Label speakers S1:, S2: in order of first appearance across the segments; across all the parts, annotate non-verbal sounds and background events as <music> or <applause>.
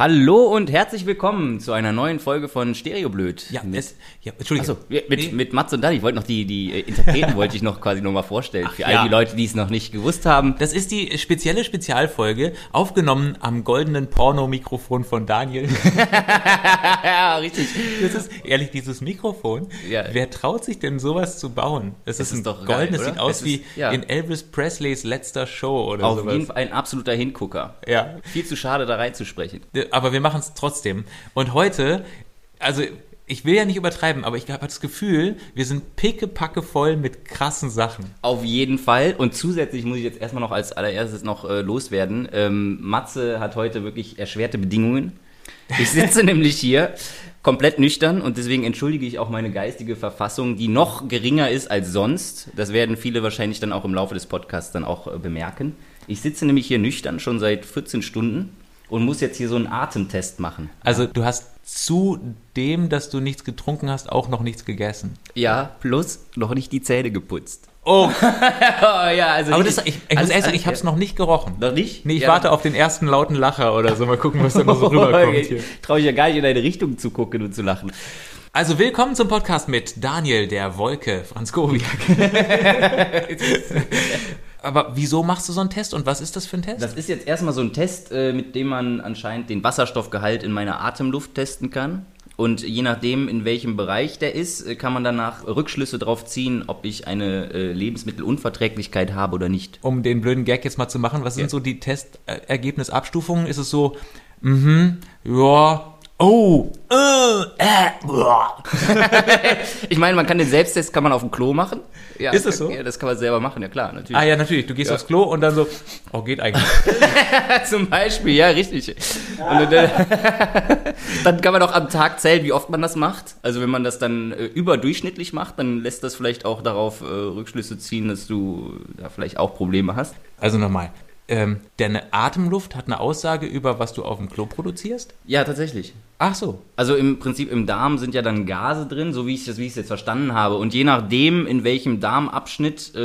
S1: Hallo und herzlich willkommen zu einer neuen Folge von Stereoblöd.
S2: Ja,
S1: mit,
S2: es, ja Entschuldigung.
S1: achso, mit, mit Mats und Dani. Ich wollte noch die, die äh, Interpreten
S2: <laughs>
S1: wollte ich noch quasi nochmal vorstellen. Für all
S2: ja.
S1: die Leute, die es noch nicht gewusst
S2: <laughs>
S1: haben.
S2: Das ist die spezielle Spezialfolge, aufgenommen am goldenen Porno-Mikrofon von
S1: <laughs>
S2: Daniel.
S1: Ja, richtig.
S2: Das ist, ehrlich, dieses Mikrofon,
S1: Ja.
S2: wer traut sich denn sowas zu bauen? Es ist,
S1: ist
S2: ein
S1: doch geil,
S2: goldenes,
S1: oder?
S2: sieht aus
S1: Es
S2: wie
S1: ist- ja.
S2: in Elvis Presleys letzter Show oder
S1: Auf
S2: sowas.
S1: jeden Fall ein absoluter Hingucker.
S2: Ja,
S1: Viel zu schade, da reinzusprechen.
S2: aber wir machen es trotzdem. Und heute, also ich will ja nicht übertreiben, aber ich habe das Gefühl, wir sind pickepacke voll mit krassen Sachen.
S1: Auf jeden Fall. Und zusätzlich muss ich jetzt erstmal noch als allererstes noch äh, loswerden. Ähm, Matze hat heute wirklich erschwerte Bedingungen. Ich sitze <laughs> nämlich hier komplett nüchtern und deswegen entschuldige ich auch meine geistige Verfassung, die noch geringer ist als sonst. Das werden viele wahrscheinlich dann auch im Laufe des Podcasts dann auch äh, bemerken. Ich sitze nämlich hier nüchtern schon seit 14 Stunden und muss jetzt hier so einen Atemtest machen.
S2: Also du hast zu dem, dass du nichts getrunken hast, auch noch nichts gegessen.
S1: Ja, plus noch nicht die Zähne geputzt.
S2: Oh,
S1: Oh, <laughs> ja, also
S2: aber das,
S1: richtig-
S2: ich, ich
S1: alles-
S2: muss ehrlich sagen,
S1: alles-
S2: ich habe es noch nicht gerochen.
S1: noch nicht?
S2: Nee, ich
S1: Ja,
S2: warte auf den ersten lauten Lacher oder so. Mal gucken, was
S1: <laughs>
S2: da
S1: Oh,
S2: noch so rüberkommt hier.
S1: Traue ich ja gar nicht in deine Richtung zu gucken und zu lachen.
S2: Also willkommen zum Podcast mit Daniel der Wolke,
S1: <laughs>
S2: Franz Kowiak. aber wieso machst du so einen Test und was ist das für ein Test?
S1: Das ist jetzt erstmal so ein Test, äh, mit dem man anscheinend den Wasserstoffgehalt in meiner Atemluft testen kann. Und je nachdem, in welchem Bereich der ist, äh, kann man danach Rückschlüsse drauf ziehen, ob ich eine äh, Lebensmittelunverträglichkeit habe oder nicht.
S2: um den blöden Gag jetzt mal zu machen, was sind so die Testergebnisabstufungen? Ist es so, mhm, ja, oh, äh, äh, boah.
S1: Ich meine, man kann den Selbsttest kann man auf dem Klo machen. Ja,
S2: Ist das
S1: kann-
S2: so?
S1: Ja, das kann man selber machen, ja klar, natürlich.
S2: Ah ja, natürlich, du gehst aufs Klo und dann so, oh, geht eigentlich.
S1: Zum Beispiel, ja, richtig. Und dann, dann <laughs> kann man auch am Tag zählen, wie oft man das macht. Also wenn man das dann äh, überdurchschnittlich macht, dann lässt das vielleicht auch darauf äh, Rückschlüsse ziehen, dass du da vielleicht auch Probleme hast.
S2: Also nochmal, ähm, deine Atemluft hat eine Aussage über, was du auf dem Klo produzierst?
S1: Ja, tatsächlich.
S2: Ach so.
S1: Also im Prinzip im Darm sind ja dann Gase drin, so wie ich es wie ich es jetzt verstanden habe. Und je nachdem, in welchem Darmabschnitt äh,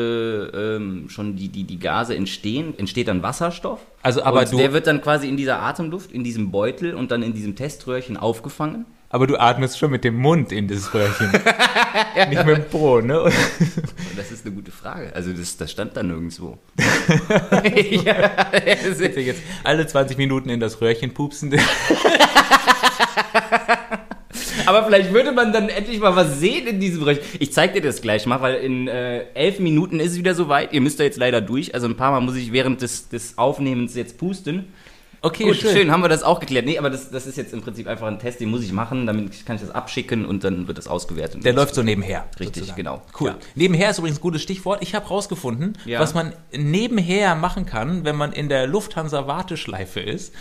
S1: ähm, schon die, die, die Gase entstehen, entsteht dann Wasserstoff.
S2: Also aber
S1: und der
S2: du,
S1: wird dann quasi in dieser Atemluft, in diesem Beutel und dann in diesem Teströhrchen aufgefangen.
S2: aber du atmest schon mit dem Mund in
S1: <laughs>
S2: das Röhrchen. Nicht mit dem Po, ne?
S1: Das ist eine gute Frage. Also das, das stand da <laughs> nirgendwo. ja, das ist-
S2: Jetzt alle 20 Minuten in das
S1: <laughs>
S2: Röhrchen pupsen.
S1: aber vielleicht würde man dann endlich mal was sehen in diesem Bereich. Ich zeig dir das gleich mal, weil in äh, elf Minuten ist es wieder soweit. Ihr müsst da jetzt leider durch. Also ein paar Mal muss ich während des, des Aufnehmens jetzt pusten.
S2: Okay,
S1: Gut, schön. haben wir das auch geklärt. Nee, aber das, das ist jetzt im Prinzip einfach ein Test, den muss ich machen, damit kann ich das abschicken und dann wird das ausgewertet.
S2: Der läuft so nebenher.
S1: Richtig, genau.
S2: Cool.
S1: Ja.
S2: Nebenher ist übrigens ein gutes Stichwort. Ich habe rausgefunden,
S1: Ja.
S2: was man nebenher machen kann, wenn man in der Lufthansa-Warteschleife ist.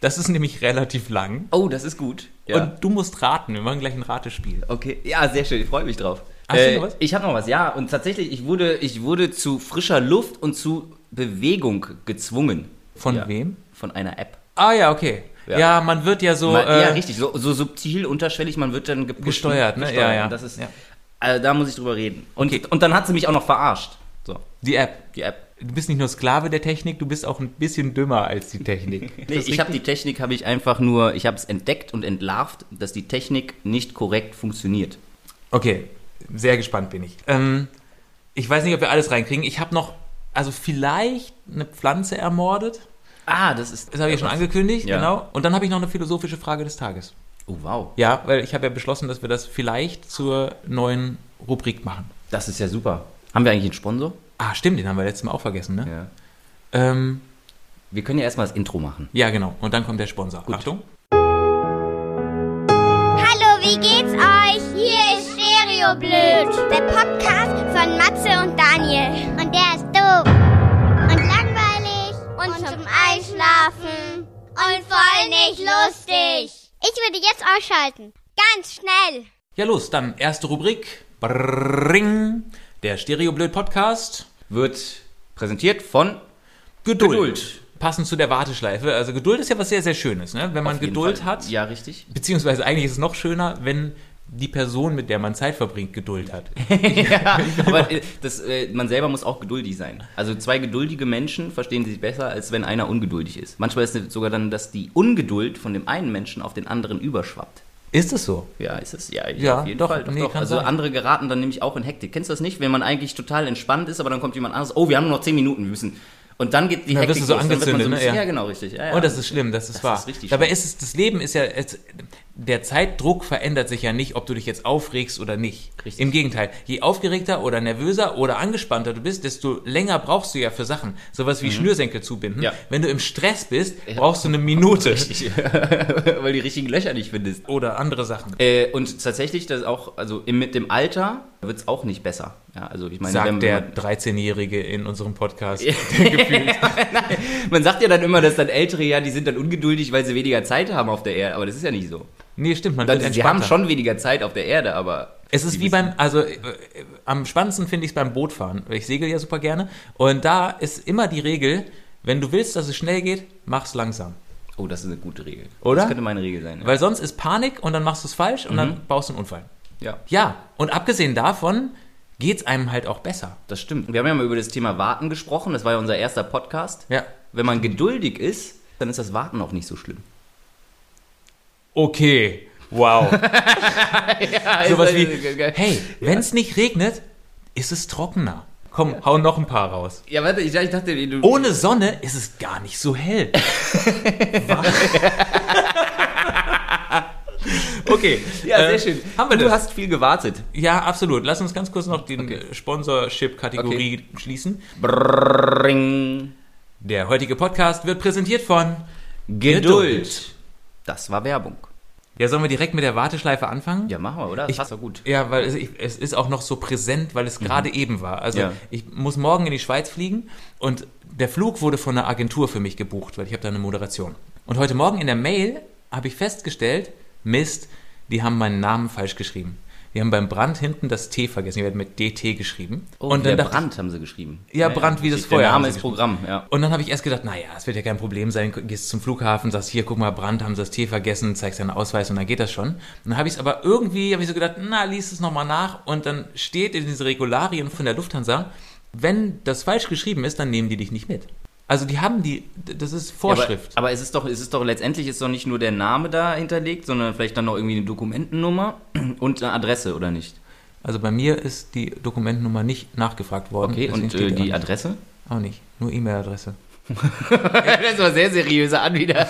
S2: Das ist nämlich relativ lang.
S1: Oh, das ist gut. Ja.
S2: Und du musst raten. Wir machen gleich ein Ratespiel.
S1: Okay, ja, sehr schön, ich freue mich drauf. Äh,
S2: Hast du noch was?
S1: Ich habe noch was, ja. Und tatsächlich, ich wurde, ich wurde zu frischer Luft und zu Bewegung gezwungen.
S2: Von
S1: ja.
S2: wem?
S1: Von einer App.
S2: Ah ja, okay.
S1: Ja.
S2: Ja, man wird ja so.
S1: Man,
S2: äh,
S1: ja, richtig, so, so subtil, unterschwellig, man wird dann gepusht.
S2: Gesteuert, ne? Ja, ja.
S1: Und Das ist,
S2: Ja.
S1: also, da muss ich drüber reden. Und,
S2: Okay.
S1: und dann hat sie mich auch noch verarscht. So,
S2: Die App.
S1: die App.
S2: Du bist nicht nur Sklave der Technik, du bist auch ein bisschen dümmer als die Technik.
S1: <laughs>
S2: Ist
S1: Nee,
S2: das
S1: ich habe
S2: richtig?
S1: die Technik, habe ich einfach nur, ich habe es entdeckt und entlarvt, dass die Technik nicht korrekt funktioniert.
S2: Okay, sehr gespannt bin ich. Ähm, ich weiß nicht, ob wir alles reinkriegen. Ich habe noch, also vielleicht eine Pflanze ermordet.
S1: Ah, das ist.
S2: Das habe ich ja schon angekündigt,
S1: Ja.
S2: genau. Und dann habe ich noch eine philosophische Frage des Tages.
S1: Oh, wow.
S2: Ja, weil ich habe ja beschlossen, dass wir das vielleicht zur neuen Rubrik machen.
S1: Das ist ja super. Haben wir eigentlich einen Sponsor?
S2: Ah, stimmt, den haben wir letztes Mal auch vergessen, ne?
S1: Ja.
S2: Ja, ähm,
S1: Wir können ja erstmal das Intro machen.
S2: ja genau. Und dann kommt der Sponsor. Achtung.
S3: Hallo, wie geht's euch? Hier ist Stereoblöd. Der Podcast von Matze und Daniel. Und der ist doof. Und langweilig. Und, zum Einschlafen. Und voll nicht lustig. Ich würde jetzt ausschalten. Ganz schnell.
S2: Ja, los, dann erste Rubrik. Brrring. Der Stereoblöd-Podcast.
S1: Wird präsentiert von
S2: Geduld.
S1: Geduld.
S2: Passend zu der Warteschleife. Also Geduld ist ja was sehr, sehr Schönes, ne? Wenn man
S1: Auf jeden
S2: Geduld
S1: Fall.
S2: hat. <laughs>
S1: Ja, richtig. <laughs>
S2: Beziehungsweise eigentlich ist es noch schöner, wenn die Person, mit der man Zeit verbringt,
S1: <laughs>
S2: Geduld hat.
S1: ja, aber äh, das, äh, man selber muss auch geduldig sein. Also zwei geduldige Menschen verstehen sich besser, als wenn einer ungeduldig ist. Manchmal ist es sogar dann, dass die Ungeduld von dem einen Menschen auf den anderen überschwappt.
S2: Ist es so?
S1: Ja, ist es. Ja,
S2: Ja,
S1: auf jeden
S2: doch,
S1: Fall. Doch,
S2: nee,
S1: doch.
S2: kann
S1: Also
S2: sein.
S1: andere geraten dann nämlich auch in Hektik. Kennst du das nicht? Wenn man eigentlich total entspannt ist, aber dann kommt jemand anderes, oh, wir haben nur noch zehn Minuten, wir müssen. Und dann geht die
S2: Dann wirst
S1: Hektik
S2: du so
S1: los. Dann wird man
S2: angezündet,
S1: so ein
S2: ne?
S1: bisschen,
S2: Ja.
S1: Ja, genau, richtig. Ja, ja.
S2: Oh, das ist schlimm, das ist
S1: Das
S2: wahr.
S1: ist richtig
S2: Dabei
S1: schlimm.
S2: ist es, das Leben ist ja, es, der Zeitdruck verändert sich ja nicht, ob du dich jetzt aufregst oder nicht.
S1: Richtig.
S2: Im Gegenteil, je aufgeregter oder nervöser oder angespannter du bist, desto länger brauchst du ja für Sachen. Sowas wie Schnürsenkel zubinden.
S1: Mhm. Ja.
S2: Wenn du im Stress bist, brauchst du eine Minute
S1: richtig. <laughs> Weil die richtigen Löcher nicht findest.
S2: oder andere Sachen.
S1: Äh, und tatsächlich, das auch, also im, mit dem Alter wird es auch nicht besser. Ja, also ich meine, wenn
S2: Sagt der
S1: man,
S2: 13-Jährige in unserem Podcast.
S1: man sagt ja dann immer, dass dann Ältere, ja, die sind dann ungeduldig, weil sie weniger Zeit haben auf der Erde. Aber das ist ja nicht so.
S2: Nee, stimmt, man
S1: Dann,
S2: wird
S1: sie haben
S2: entspannter.
S1: schon weniger Zeit auf der Erde, aber
S2: Es ist
S1: die
S2: wie
S1: wissen-
S2: beim, also äh, äh, am spannendsten finde ich es beim Bootfahren. Ich segel ja super gerne. Und da ist immer die Regel, wenn du willst, dass es schnell geht, mach's langsam.
S1: Oh, das ist eine gute Regel.
S2: Oder?
S1: Das könnte meine Regel sein. Ja.
S2: Weil sonst ist Panik und dann machst du es falsch und dann baust du einen Unfall.
S1: ja,
S2: Ja, und abgesehen davon geht's einem halt auch besser.
S1: das stimmt. Wir haben ja mal über das Thema Warten gesprochen. Das war ja unser erster Podcast.
S2: Ja.
S1: Wenn man geduldig ist, dann ist das Warten auch nicht so schlimm.
S2: Okay. Wow. <laughs> Sowas wie, hey, wenn's nicht regnet, ist es trockener. Komm, hau noch ein paar raus.
S1: Ja, warte, ich, ich dachte, du.
S2: Ohne Sonne ist es gar nicht so hell. <laughs> okay.
S1: Ja, sehr
S2: äh,
S1: schön.
S2: Haben wir
S1: du
S2: das?
S1: hast viel gewartet.
S2: ja, absolut. Lass uns ganz kurz noch die Sponsorship-Kategorie schließen.
S1: Brrring.
S2: Der heutige Podcast wird präsentiert von.
S1: Geduld. Das war Werbung.
S2: Ja, sollen wir direkt mit der Warteschleife anfangen?
S1: Ja, machen wir, oder? Das passt doch gut.
S2: Ja, weil es, ich, es ist auch noch so präsent, weil es gerade eben war. Also
S1: Mhm. Ja.
S2: ich muss morgen in die Schweiz fliegen und der Flug wurde von einer Agentur für mich gebucht, weil ich habe da eine Moderation. Und heute Morgen in der Mail habe ich festgestellt, Mist, die haben meinen Namen falsch geschrieben. Die haben beim Brand hinten das T vergessen. Die werden mit DT geschrieben.
S1: und Oh, der
S2: dachte ich-
S1: Brand haben sie geschrieben.
S2: Ja, Brand wie das Feuer
S1: Der
S2: haben
S1: Name
S2: sie
S1: ist
S2: geschrieben.
S1: Programm, ja.
S2: Und dann habe ich erst gedacht, naja, es wird ja kein Problem sein. Gehst zum Flughafen, sagst hier, guck mal, Brand, haben sie das Tee vergessen, zeigst deinen Ausweis und dann geht das schon. Und dann habe ich es aber irgendwie, habe ich so gedacht, na, lies es nochmal nach. Und dann steht in diesen Regularien von der Lufthansa, wenn das falsch geschrieben ist, dann nehmen die dich nicht mit. Also die haben die, das ist Vorschrift.
S1: Aber, aber es ist doch, es ist doch letztendlich ist doch nicht nur der Name da hinterlegt, sondern vielleicht dann noch irgendwie eine Dokumentennummer <clears throat> und eine Adresse, oder nicht?
S2: also bei mir ist die Dokumentennummer nicht nachgefragt worden.
S1: Okay,
S2: deswegen
S1: und
S2: steht
S1: äh, die
S2: auch nicht.
S1: Adresse?
S2: Auch nicht, nur E-Mail-Adresse.
S1: das war sehr seriöser <laughs> Anbieter.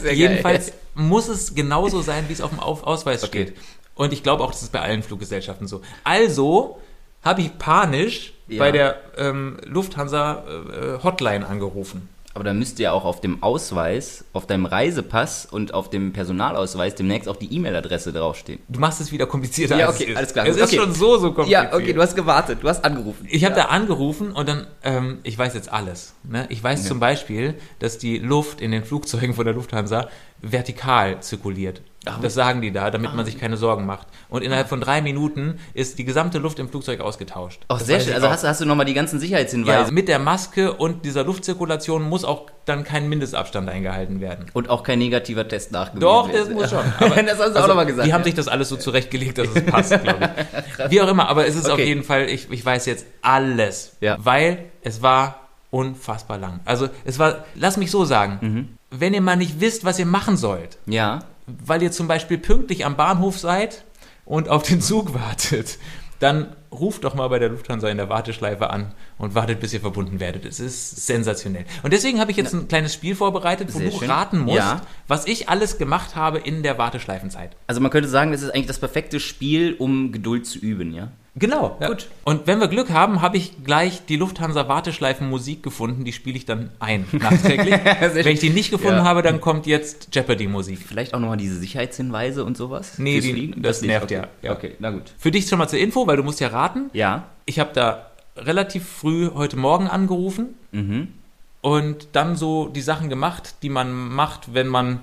S1: Sehr
S2: Jedenfalls muss es genauso sein, wie es auf dem Auf Ausweis
S1: Okay.
S2: steht. Und ich glaube auch, das ist bei allen Fluggesellschaften so. Also habe ich panisch
S1: Ja.
S2: bei der ähm, Lufthansa äh, Hotline angerufen.
S1: Aber dann müsst ihr auch auf dem Ausweis, auf deinem Reisepass und auf dem Personalausweis demnächst auch die E-Mail-Adresse draufstehen.
S2: Du machst es wieder komplizierter.
S1: Ja,
S2: als
S1: okay,
S2: es ist.
S1: alles klar,
S2: Es
S1: gut,
S2: ist
S1: okay.
S2: schon so, so kompliziert.
S1: hast gewartet, du hast angerufen.
S2: Ich habe da angerufen und dann, ähm, ich weiß jetzt alles. Ne? Ich weiß zum Beispiel, dass die Luft in den Flugzeugen von der Lufthansa vertikal zirkuliert. das sagen die da, damit man sich keine Sorgen macht. Und innerhalb von drei Minuten ist die gesamte Luft im Flugzeug ausgetauscht.
S1: Ach,
S2: Das
S1: sehr
S2: weiß
S1: schön.
S2: ich
S1: Also
S2: auch.
S1: hast, du- hast du nochmal die ganzen
S2: ja,
S1: Sicherheitshinweise.
S2: mit der Maske und dieser Luftzirkulation muss auch dann kein Mindestabstand eingehalten werden.
S1: Und auch kein negativer Test nachgewiesen
S2: Doch, das
S1: werden.
S2: muss schon. also,
S1: Aber <laughs> das haben sie auch nochmal gesagt.
S2: Die
S1: ja.
S2: haben sich das alles so zurechtgelegt, dass es
S1: <laughs>
S2: passt, glaube ich. Wie auch immer, aber es ist auf
S1: Okay.
S2: jeden Fall, ich, ich weiß jetzt alles.
S1: Ja.
S2: Weil es war unfassbar lang. Also es war, lass mich so sagen,
S1: Mhm.
S2: wenn ihr mal nicht wisst, was ihr machen sollt,
S1: ja.
S2: weil ihr zum Beispiel pünktlich am Bahnhof seid und auf den Zug <laughs> wartet, dann ruft doch mal bei der Lufthansa in der Warteschleife an und wartet, bis ihr verbunden werdet. Es ist sensationell. Und deswegen habe ich jetzt ein kleines Spiel vorbereitet, wo
S1: Sehr
S2: du
S1: schön.
S2: raten musst,
S1: Ja.
S2: was ich alles gemacht habe in der Warteschleifenzeit.
S1: Also man könnte sagen, das ist eigentlich das perfekte Spiel, um Geduld zu üben,
S2: <laughs>
S1: ja?
S2: Genau, gut. Und wenn wir Glück haben, habe ich gleich die Lufthansa Warteschleifenmusik gefunden, die spiele ich dann ein nachträglich.
S1: <laughs> Sehr
S2: wenn ich die nicht gefunden
S1: Ja.
S2: habe, dann kommt jetzt Jeopardy Musik.
S1: Vielleicht auch nochmal diese Sicherheitshinweise und sowas?
S2: Nee,
S1: fürs
S2: die-
S1: Fliegen?
S2: das
S1: nicht,
S2: nervt
S1: okay.
S2: ja. Ja.
S1: Okay, na gut.
S2: Für dich schon mal zur Info, weil du musst ja raten.
S1: Ja,
S2: Ich habe da relativ früh heute Morgen angerufen
S1: mhm.
S2: und dann so die Sachen gemacht, die man macht, wenn man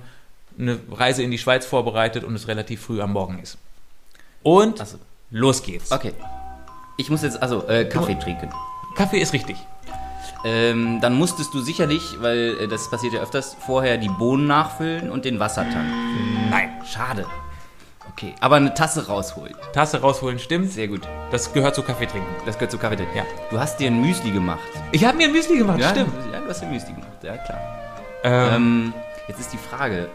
S2: eine Reise in die Schweiz vorbereitet und es relativ früh am Morgen ist. Und
S1: Ach so.
S2: los geht's.
S1: okay. Ich muss jetzt, also, äh, Kaffee trinken.
S2: Kaffee ist richtig.
S1: Ähm, dann musstest du sicherlich, weil äh, das passiert ja öfters, vorher die Bohnen nachfüllen und den Wassertank.
S2: Nein.
S1: Schade. Okay, aber eine Tasse rausholen.
S2: Tasse rausholen stimmt.
S1: Sehr gut.
S2: Das gehört zu Kaffee trinken.
S1: Das gehört zu Kaffee trinken.
S2: Ja.
S1: Du hast dir ein Müsli gemacht.
S2: Ich habe mir ein Müsli gemacht, stimmt.
S1: Ja, du hast dir ein Müsli gemacht. Ja, klar.
S2: Ähm,
S1: Ähm, jetzt ist die Frage.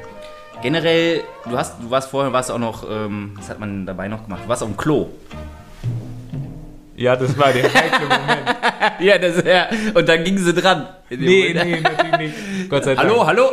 S1: <clears throat> Generell, du hast, du warst vorher, warst auch noch, ähm, was hat man dabei noch gemacht? Du warst auf dem Klo.
S2: ja, das war <laughs> der heikle Moment.
S1: Ja, das ja. Und dann gingen sie dran.
S2: Nee, nee, natürlich nicht. Gott sei Dank.
S1: Hallo, hallo.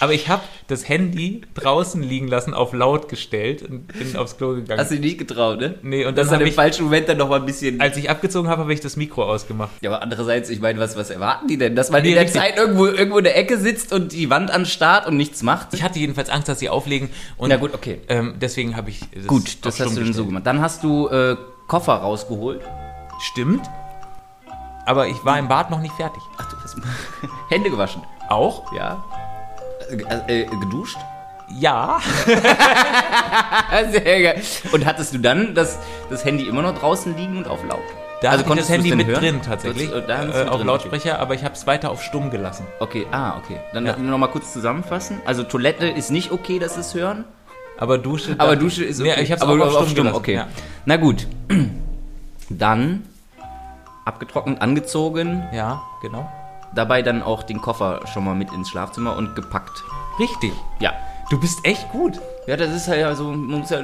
S2: Aber ich habe das Handy draußen liegen lassen, auf laut gestellt und bin aufs Klo gegangen.
S1: Hast du dich nicht getraut, ne?
S2: nee, und
S1: Das
S2: dann
S1: ist dann
S2: habe
S1: im
S2: ich,
S1: falschen Moment dann nochmal ein bisschen.
S2: als ich abgezogen habe, habe ich das Mikro ausgemacht.
S1: Ja, aber andererseits, ich meine, was, was erwarten die denn? Dass man in der
S2: richtig.
S1: Zeit irgendwo, irgendwo in der Ecke sitzt und die Wand anstarrt und nichts macht?
S2: Ich hatte jedenfalls Angst, dass sie auflegen. Und
S1: Na gut, okay.
S2: Ähm, deswegen habe ich das
S1: Gut,
S2: auf
S1: das hast du
S2: stumm
S1: dann so
S2: gestellt.
S1: gemacht. Dann hast du äh, Koffer rausgeholt.
S2: Stimmt. Aber ich war im Bad noch nicht fertig.
S1: Ach du, was? <laughs> Hände gewaschen.
S2: Auch?
S1: Ja. Äh, äh, geduscht?
S2: Ja.
S1: Also Sehr geil. Und hattest du dann das, das Handy immer noch draußen liegen und auf laut?
S2: Da also hatte ich das
S1: du's
S2: Handy
S1: denn
S2: mit
S1: hören?
S2: drin tatsächlich.
S1: Konntest- Da hattest
S2: äh,
S1: du
S2: auf
S1: drin,
S2: Lautsprecher, aber ich habe es weiter auf stumm gelassen.
S1: Okay. okay, ah, okay. Dann
S2: Ja.
S1: noch nochmal kurz zusammenfassen. Also Toilette ist nicht okay, dass es hören.
S2: Aber Dusche.
S1: Aber Dusche ist okay.
S2: Nee, ich habe es
S1: aber
S2: auch
S1: du
S2: auf
S1: hast
S2: stumm,
S1: auf stumm,
S2: gelassen.
S1: okay.
S2: Ja.
S1: Na gut. <clears throat> Dann abgetrocknet, angezogen,
S2: ja, genau.
S1: dabei dann auch den Koffer schon mal mit ins Schlafzimmer und gepackt.
S2: Richtig.
S1: Ja.
S2: Du bist echt gut.
S1: Ja, das ist halt ja so, man muss ja,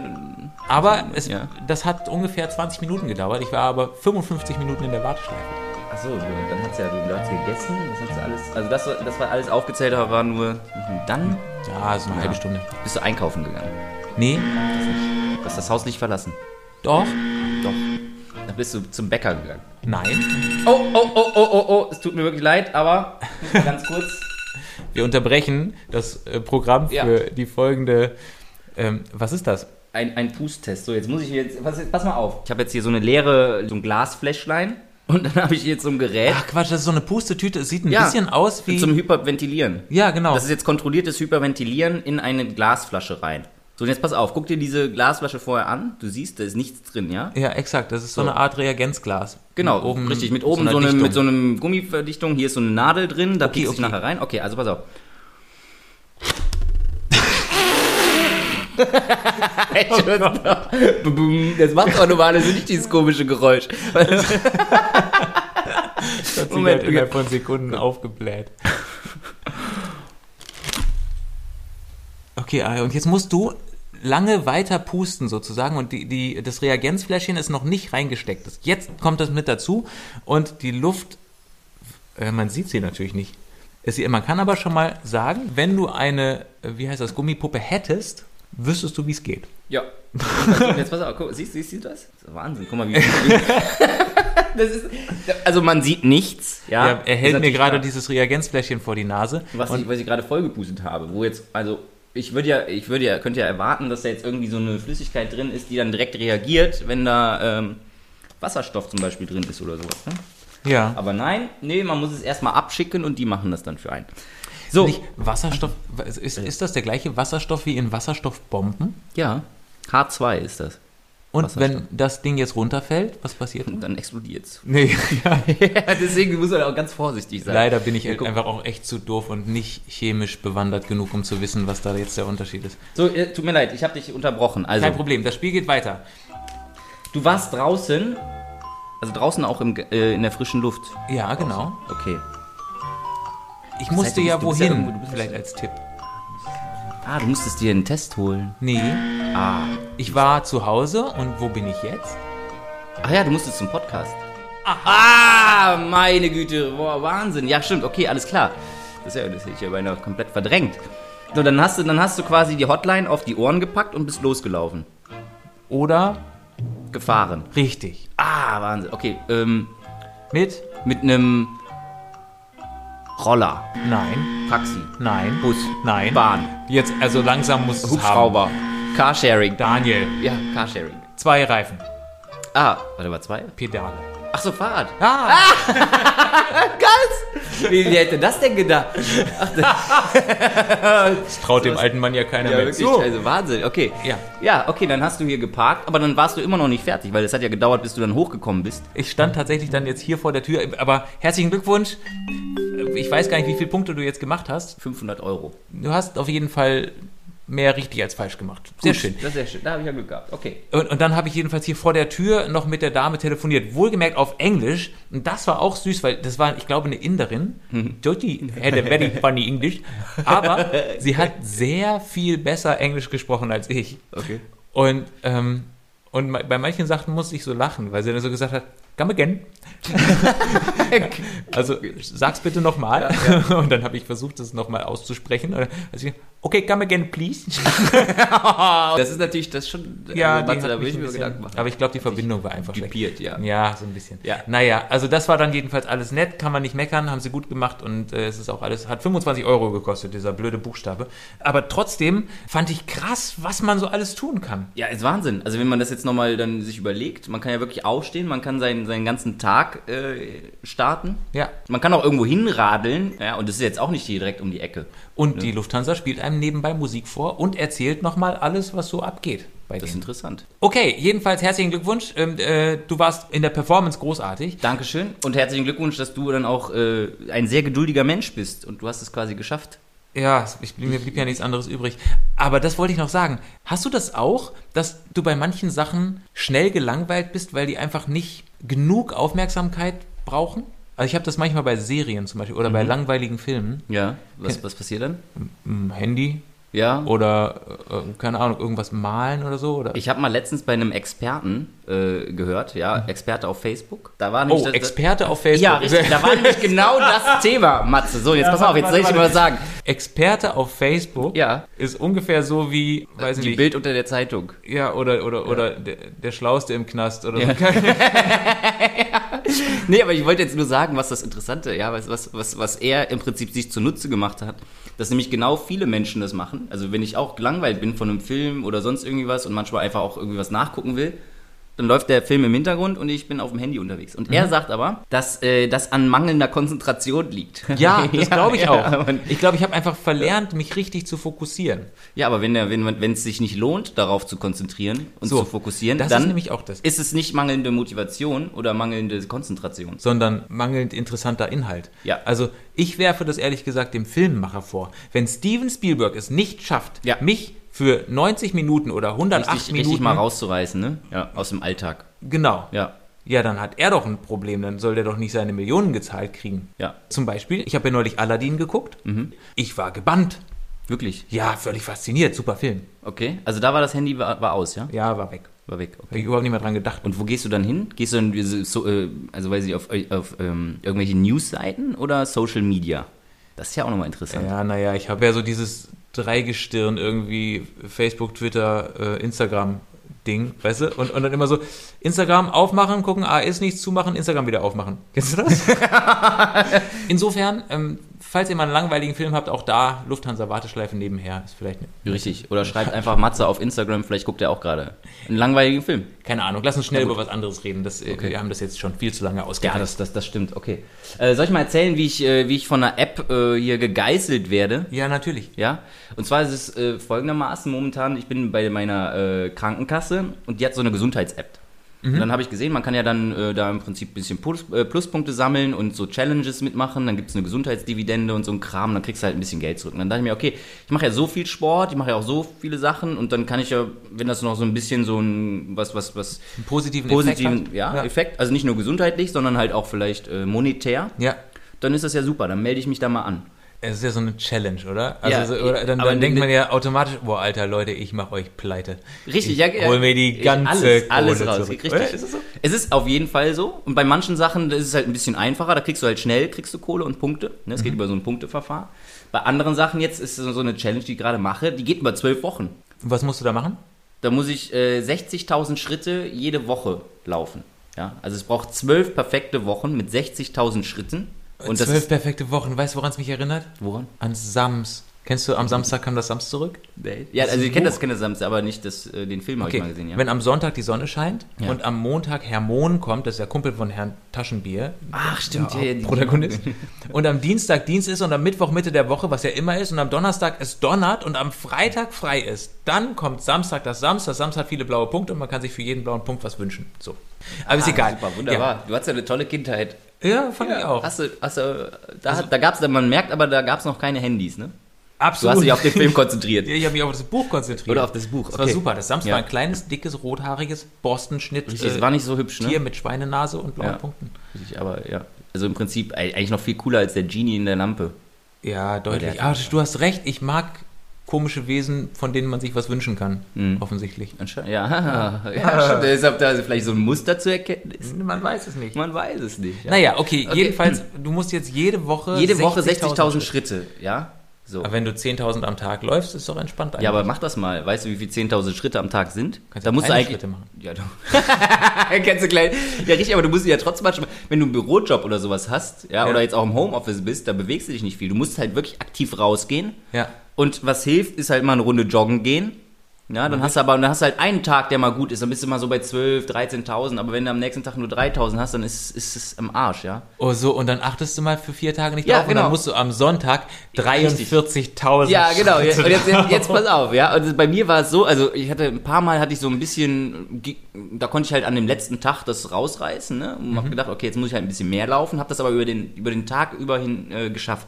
S2: Aber es,
S1: Ja.
S2: das hat ungefähr 20 Minuten gedauert. Ich war aber 55 Minuten in der Warteschleife.
S1: achso, dann hat's ja, du hast gegessen, das hat's alles, also das, das war alles aufgezählt, aber war nur, mhm, dann
S2: Ja, so eine halbe Stunde.
S1: bist du einkaufen gegangen,
S2: Nee,
S1: Du hast das Haus nicht verlassen,
S2: doch,
S1: doch, dann bist du zum Bäcker gegangen.
S2: nein.
S1: Oh, oh, oh, oh, oh, oh, es tut mir wirklich leid, aber ganz kurz.
S2: Wir unterbrechen das äh, Programm für
S1: Ja.
S2: die folgende. Ähm, was ist das?
S1: Ein, ein Pustest. So, jetzt muss ich jetzt. Pass, pass mal auf. Ich habe jetzt hier so eine leere, so ein Glasfläschlein und dann habe ich jetzt so ein Gerät.
S2: Ach Quatsch, das ist so eine Pustetüte. Es sieht ein bisschen aus wie.
S1: Zum Hyperventilieren.
S2: ja, genau.
S1: Das ist jetzt kontrolliertes Hyperventilieren in eine Glasflasche rein. So, und jetzt pass auf, guck dir diese Glasflasche vorher an. Du siehst, da ist nichts drin, ja?
S2: ja, exakt. Das ist so,
S1: So.
S2: eine Art Reagenzglas.
S1: Genau,
S2: Mit
S1: richtig. Mit oben
S2: einer
S1: so, einem,
S2: Dichtung.
S1: mit so einem Gummiverdichtung. Hier ist so eine Nadel drin, da okay, piekst du
S2: okay.
S1: nachher rein. Okay, also pass <laughs> auf. Ich hör's noch. Bum, bum. Oh das macht auch normalerweise nicht dieses komische Geräusch. <laughs>
S2: hat sich
S1: Moment,
S2: halt innerhalb von Sekunden aufgebläht. <laughs> Okay, ah, und jetzt musst du lange weiter pusten sozusagen und die, die, das Reagenzfläschchen ist noch nicht reingesteckt. Das- Jetzt kommt das mit dazu und die Luft, äh, man sieht sie natürlich nicht. Es- Man kann aber schon mal sagen, wenn du eine, äh, wie heißt das, Gummipuppe hättest, wüsstest du, wie es geht.
S1: Ja. Also, Jetzt pass auf, guck, siehst, siehst du das? das ist Wahnsinn, guck mal, wie. wie- <laughs> das ist, also man sieht nichts. Ja,
S2: er, er hält
S1: Ist
S2: mir
S1: natürlich
S2: gerade
S1: klar.
S2: dieses Reagenzfläschchen vor die Nase.
S1: was
S2: und
S1: ich, was ich gerade vollgepustet habe, wo jetzt, also ich würde ja, ich würde ja, könnte ja erwarten, dass da jetzt irgendwie so eine Flüssigkeit drin ist, die dann direkt reagiert, wenn da ähm, Wasserstoff zum Beispiel drin ist oder sowas. Ne?
S2: ja.
S1: Aber nein, nee, man muss es erstmal abschicken und die machen das dann für einen. So,
S2: Nicht Wasserstoff, ist, ist das der gleiche Wasserstoff wie in Wasserstoffbomben?
S1: ja, H2 ist das.
S2: Und
S1: Wasserstoff.
S2: wenn das Ding jetzt runterfällt, was passiert?
S1: <laughs> Und dann
S2: <laughs>
S1: explodiert's.
S2: Nee, ja,
S1: Deswegen muss man auch ganz vorsichtig sein.
S2: leider bin ich
S1: Wir gucken.
S2: einfach auch echt zu doof und nicht chemisch bewandert genug, um zu wissen, was da jetzt der Unterschied ist.
S1: So, äh, tut mir leid, ich habe dich unterbrochen. Also,
S2: Kein Problem, das Spiel geht weiter.
S1: du warst draußen, also draußen auch im, Ge- äh, in der frischen Luft.
S2: Ja, genau.
S1: Okay.
S2: Ich musste
S1: heißt, du
S2: ja
S1: bist- du bist ja
S2: wohin,
S1: irgendwo- du bist-
S2: vielleicht als Tipp.
S1: Ah, du musstest dir einen Test holen.
S2: Nee,
S1: Ah.
S2: ich war zu Hause und wo bin ich jetzt?
S1: Ach ja, du musstest zum Podcast. Aha. Ah, meine Güte, boah, Wahnsinn. Ja, stimmt, okay, alles klar. Das, ist ja, das hätte ich ja beinahe komplett verdrängt. So, dann hast, du, dann hast du quasi die Hotline auf die Ohren gepackt und bist losgelaufen.
S2: Oder
S1: Gefahren.
S2: richtig.
S1: Ah, Wahnsinn. Okay, ähm,
S2: Mit?
S1: mit einem Roller,
S2: Nein,
S1: Taxi,
S2: nein,
S1: Bus,
S2: nein.
S1: Bahn,
S2: Jetzt, also langsam muss es haben.
S1: Hubschrauber, Carsharing.
S2: Daniel,
S1: Ja, Carsharing.
S2: zwei Reifen,
S1: Ah, warte mal, zwei?
S2: Pedale.
S1: Ach so, Fahrrad.
S2: Ah!
S1: Ganz! Wie, wer hätte das denn gedacht?
S2: Das traut dem alten Mann ja keiner
S1: Ja,
S2: mehr
S1: wirklich,
S2: zu.
S1: also Wahnsinn, okay.
S2: Ja.
S1: ja, okay, dann hast du hier geparkt, aber dann warst du immer noch nicht fertig, weil es hat ja gedauert, bis du dann hochgekommen bist.
S2: Ich stand tatsächlich dann jetzt hier vor der Tür, aber herzlichen Glückwunsch. Ich weiß gar nicht, wie viele Punkte du jetzt gemacht hast.
S1: 500 Euro.
S2: Du hast auf jeden Fall mehr richtig als falsch gemacht. Sehr
S1: Gut,
S2: schön.
S1: Das ist sehr schön. Da habe ich ja Glück gehabt. Okay.
S2: Und, und dann habe ich jedenfalls hier vor der Tür noch mit der Dame telefoniert, wohlgemerkt auf Englisch. Und das war auch süß, weil das war, ich glaube, eine Inderin.
S1: Mhm.
S2: Jyoti had a very funny English. Aber sie
S1: <laughs>
S2: hat sehr viel besser Englisch gesprochen als ich.
S1: Okay.
S2: Und, ähm, und ma- bei manchen Sachen musste ich so lachen, weil sie dann so gesagt hat, come <laughs> again. also sag's bitte nochmal. <laughs> Und dann habe ich versucht, das nochmal auszusprechen. Und dann hat sie gesagt, okay, come again, please.
S1: Das ist natürlich das schon.
S2: <laughs> Ja,
S1: also,
S2: die
S1: Matze,
S2: hat
S1: da will
S2: mich
S1: ich
S2: ein
S1: mir
S2: bisschen,
S1: Gedanken machen.
S2: aber ich glaube, die Verbindung war einfach schlecht.
S1: Dupiert, ja.
S2: Ja, so ein bisschen.
S1: Ja.
S2: Naja, also das war dann jedenfalls alles nett, kann man nicht meckern, haben sie gut gemacht und äh, es ist auch alles, hat 25 Euro gekostet, dieser blöde Buchstabe. Aber trotzdem fand ich krass, was man so alles tun kann.
S1: Ja, ist Wahnsinn. Also wenn man das jetzt nochmal dann sich überlegt, man kann ja wirklich aufstehen, man kann seinen, seinen ganzen Tag äh, starten.
S2: Ja.
S1: Man kann auch irgendwo hinradeln. Ja, und das ist jetzt auch nicht hier direkt um die Ecke.
S2: Und die Lufthansa spielt einem nebenbei Musik vor und erzählt nochmal alles, was so abgeht bei
S1: Das ist
S2: denen.
S1: interessant.
S2: Okay, jedenfalls herzlichen Glückwunsch. Ähm, äh, du warst in der Performance großartig.
S1: Dankeschön und herzlichen Glückwunsch, dass du dann auch äh, ein sehr geduldiger Mensch bist und du hast es quasi geschafft.
S2: Ja, ich, mir blieb ja nichts anderes übrig. Aber das wollte ich noch sagen. Hast du das auch, dass du bei manchen Sachen schnell gelangweilt bist, weil die einfach nicht genug Aufmerksamkeit brauchen? Also ich habe das manchmal bei Serien zum Beispiel oder bei
S1: Mhm.
S2: langweiligen Filmen.
S1: Ja. Was, was passiert dann?
S2: Hm, Handy
S1: Ja.
S2: oder, äh, keine Ahnung, irgendwas malen oder so? Oder?
S1: Ich habe mal letztens bei einem Experten äh, gehört, ja, Experte auf Facebook. Da war nämlich
S2: oh,
S1: das- das-
S2: Experte auf Facebook.
S1: Ja, richtig.
S2: <laughs>
S1: Da war nämlich genau das Thema, Matze. So, jetzt pass auf,
S2: warte,
S1: jetzt
S2: warte,
S1: soll ich dir mal
S2: warte.
S1: sagen.
S2: Experte auf Facebook
S1: Ja.
S2: ist ungefähr so wie, weiß ich
S1: Die
S2: nicht,
S1: Bild unter der Zeitung.
S2: ja, oder, oder, oder der, der Schlauste im Knast oder
S1: <laughs>
S2: so.
S1: Nee, aber ich wollte jetzt nur sagen, was das Interessante, ja, was, was, was, was er im Prinzip sich zunutze gemacht hat, dass nämlich genau viele Menschen das machen. Also wenn ich auch gelangweilt bin von einem Film oder sonst irgendwie was und manchmal einfach auch irgendwie was nachgucken will, dann läuft der Film im Hintergrund und ich bin auf dem Handy unterwegs. Und
S2: Mhm.
S1: er sagt aber, dass äh, das an mangelnder Konzentration liegt.
S2: <laughs> Ja, das glaube
S1: <laughs>
S2: ich
S1: ja,
S2: auch.
S1: und-
S2: Ich glaube, ich habe einfach verlernt, mich richtig zu fokussieren.
S1: Ja, aber wenn der, wenn man- wenn es sich nicht lohnt, darauf zu konzentrieren und
S2: So,
S1: zu fokussieren,
S2: das
S1: dann
S2: ist nämlich auch das.
S1: ist es nicht mangelnde Motivation oder mangelnde Konzentration.
S2: Sondern mangelnd interessanter Inhalt.
S1: Ja.
S2: Also ich werfe das ehrlich gesagt dem Filmemacher vor. Wenn Steven Spielberg es nicht schafft,
S1: Ja.
S2: mich für 90 Minuten oder 108
S1: Richtig,
S2: Minuten
S1: richtig mal rauszureißen, ne? Ja, aus dem Alltag.
S2: Genau.
S1: Ja,
S2: Ja, dann hat er doch ein Problem, dann soll der doch nicht seine Millionen gezahlt kriegen.
S1: Ja.
S2: Zum Beispiel, ich habe ja neulich Aladdin geguckt.
S1: Mhm.
S2: Ich war gebannt.
S1: wirklich.
S2: Ja, völlig fasziniert. Super Film.
S1: Okay. Also da war das Handy war, war aus, ja?
S2: Ja, war weg.
S1: War weg. Okay.
S2: Habe ich überhaupt nicht mehr dran gedacht.
S1: Und wo gehst du dann hin? Gehst du dann diese so, äh, also weiß ich auf, äh, auf ähm, irgendwelche Newsseiten oder Social Media? Das ist ja auch nochmal interessant.
S2: Ja, naja, ich habe ja so dieses Dreigestirn irgendwie, Facebook, Twitter, äh, Instagram. Ding, weißt du? Und, und dann immer so, Instagram aufmachen, gucken, ah, ist nichts, zumachen, Instagram wieder aufmachen. Kennst du das?
S1: <laughs>
S2: Insofern, ähm, falls ihr mal einen langweiligen Film habt, auch da Lufthansa-Warteschleife nebenher ist vielleicht, eine,
S1: Richtig. Oder schreibt einfach Matze auf Instagram, vielleicht guckt er auch gerade. Einen langweiligen Film.
S2: keine Ahnung, lass uns schnell über was anderes reden. Das, äh,
S1: Okay.
S2: Wir haben das jetzt schon viel zu lange
S1: Ja,
S2: ausgedacht.
S1: das, das, das stimmt, okay. Äh, soll ich mal erzählen, wie ich, äh, wie ich von einer App äh, hier gegeißelt werde?
S2: ja, natürlich.
S1: Ja, und zwar ist es äh, folgendermaßen momentan, ich bin bei meiner äh, Krankenkasse und die hat so eine Gesundheits-App.
S2: Mhm.
S1: Und dann habe ich gesehen, man kann ja dann äh, da im Prinzip ein bisschen Plus, äh, Pluspunkte sammeln und so Challenges mitmachen, dann gibt es eine Gesundheitsdividende und so ein Kram, dann kriegst du halt ein bisschen Geld zurück. Und dann dachte ich mir, okay, ich mache ja so viel Sport, ich mache ja auch so viele Sachen und dann kann ich ja, wenn das noch so ein bisschen so ein, was, was, was,
S2: Einen positiven,
S1: positiven
S2: Effekt hat.
S1: Effekt, ja, Effekt, also nicht nur gesundheitlich, sondern halt auch vielleicht äh, monetär,
S2: ja.
S1: dann ist das ja super, dann melde ich mich da mal an.
S2: Es ist ja so eine Challenge, oder?
S1: Ja,
S2: Also so, oder, dann,
S1: aber
S2: dann denkt
S1: ne-
S2: man ja automatisch, boah, Alter, Leute, ich mach euch pleite.
S1: Richtig,
S2: ich
S1: ja, ja.
S2: Hol mir die
S1: Ich-
S2: ganze
S1: alles, alles
S2: Kohle
S1: raus.
S2: zurück.
S1: Richtig.
S2: Oder? Ist das so?
S1: Es ist auf jeden Fall so. Und bei manchen Sachen ist es halt ein bisschen einfacher. Da kriegst du halt schnell, kriegst du Kohle und Punkte. Ne, Es geht
S2: Mhm.
S1: über so ein Punkteverfahren. Bei anderen Sachen jetzt ist so so eine Challenge, die ich gerade mache, die geht über zwölf Wochen.
S2: Und Was musst du da machen?
S1: Da muss ich äh, 60.000 Schritte jede Woche laufen. Ja? Also es braucht zwölf perfekte Wochen mit 60.000 Schritten. Und das
S2: Äh, Zwölf
S1: ist,
S2: perfekte Wochen. Weißt du, woran es mich erinnert?
S1: woran?
S2: An Sams. Kennst du, am Samstag kam das Sams zurück?
S1: Ja,
S2: Das
S1: also
S2: ist
S1: ich
S2: ein
S1: kenne
S2: Buch.
S1: das, kenne das Samstag, aber nicht das, äh, den Film habe ich mal gesehen. Ja.
S2: Wenn am Sonntag die Sonne scheint
S1: Ja.
S2: und am Montag Herr Mohn kommt, das ist der Kumpel von Herrn Taschenbier,
S1: Ach, stimmt.
S2: der
S1: ja, ja, die-
S2: Protagonist, <laughs> und am Dienstag Dienst ist und am Mittwoch Mitte der Woche, was ja immer ist, und am Donnerstag es donnert und am Freitag frei ist, dann kommt Samstag das Samstag. Samstag hat viele blaue Punkte und man kann sich für jeden blauen Punkt was wünschen. So. Aber ist
S1: Ah,
S2: egal.
S1: Super, wunderbar. Du hast ja eine tolle Kindheit.
S2: Ja, ja fand ich auch.
S1: also,
S2: Also
S1: Hast du, hast du, da, hat- da gab's, man merkt aber, da gab es noch keine Handys, ne? Du hast
S2: Absolut.
S1: dich auf den Film konzentriert.
S2: <laughs> Ja, ich habe mich auf das Buch konzentriert.
S1: Oder auf das Buch,
S2: Das war
S1: okay.
S2: super. Das Samstag
S1: Ja.
S2: war ein kleines, dickes, rothaariges Boston-Schnitt.
S1: Richtig, es
S2: äh,
S1: war nicht so hübsch,
S2: Tier
S1: ne?
S2: mit Schweinenase und blauen
S1: Ja.
S2: Punkten.
S1: Richtig, aber ja. Also im Prinzip ei- eigentlich noch viel cooler als der Genie in der Lampe.
S2: Ja, deutlich.
S1: der-
S2: Aber du hast recht, ich mag komische Wesen, von denen man sich was wünschen kann.
S1: Hm.
S2: Offensichtlich.
S1: Anscheinend. Ja, <laughs> ja, stimmt. Deshalb da vielleicht so ein Muster zu erkennen ist.
S2: Man weiß es nicht.
S1: Man weiß es nicht. Ja.
S2: Naja, okay,
S1: Okay.
S2: jedenfalls, du musst jetzt jede Woche
S1: Jede Woche
S2: 60.000
S1: 60.000
S2: Schritte.
S1: Schritte, ja? So.
S2: Aber wenn du 10.000 am Tag läufst, ist doch entspannt eigentlich.
S1: Ja, aber mach das mal. Weißt du, wie viel 10.000 Schritte am Tag sind?
S2: Kannst
S1: da
S2: ja
S1: musst du
S2: kleine
S1: eigentlich.
S2: Schritte machen.
S1: Ja, du. <laughs> Kannst du klein. Ja, richtig, aber du musst ja trotzdem mal schon mal, wenn du einen Bürojob oder sowas hast, ja,
S2: Ja.
S1: oder jetzt auch im Homeoffice bist, da bewegst du dich nicht viel. Du musst halt wirklich aktiv rausgehen.
S2: Ja.
S1: Und was hilft, ist halt mal eine Runde joggen gehen. Ja,
S2: Mhm.
S1: dann hast du aber, dann hast du halt einen Tag, der mal gut ist, dann bist du mal so bei 12, 13.000, aber wenn du am nächsten Tag nur 3.000 hast, dann ist, ist es im Arsch, ja?
S2: Oh, so, und dann achtest du mal für vier Tage nicht
S1: Ja,
S2: drauf und
S1: genau.
S2: dann musst du am Sonntag 43.000
S1: Ja,
S2: <laughs>
S1: genau. Jetzt, und
S2: Schritte
S1: jetzt, jetzt, jetzt pass auf, ja. Und bei mir war es so, also ich hatte ein paar Mal hatte ich so ein bisschen, ge- da konnte ich halt an dem letzten Tag das rausreißen, ne? Und
S2: Mhm.
S1: hab gedacht, okay, jetzt muss ich halt ein bisschen mehr laufen, habe das aber über den, über den Tag überhin äh, geschafft.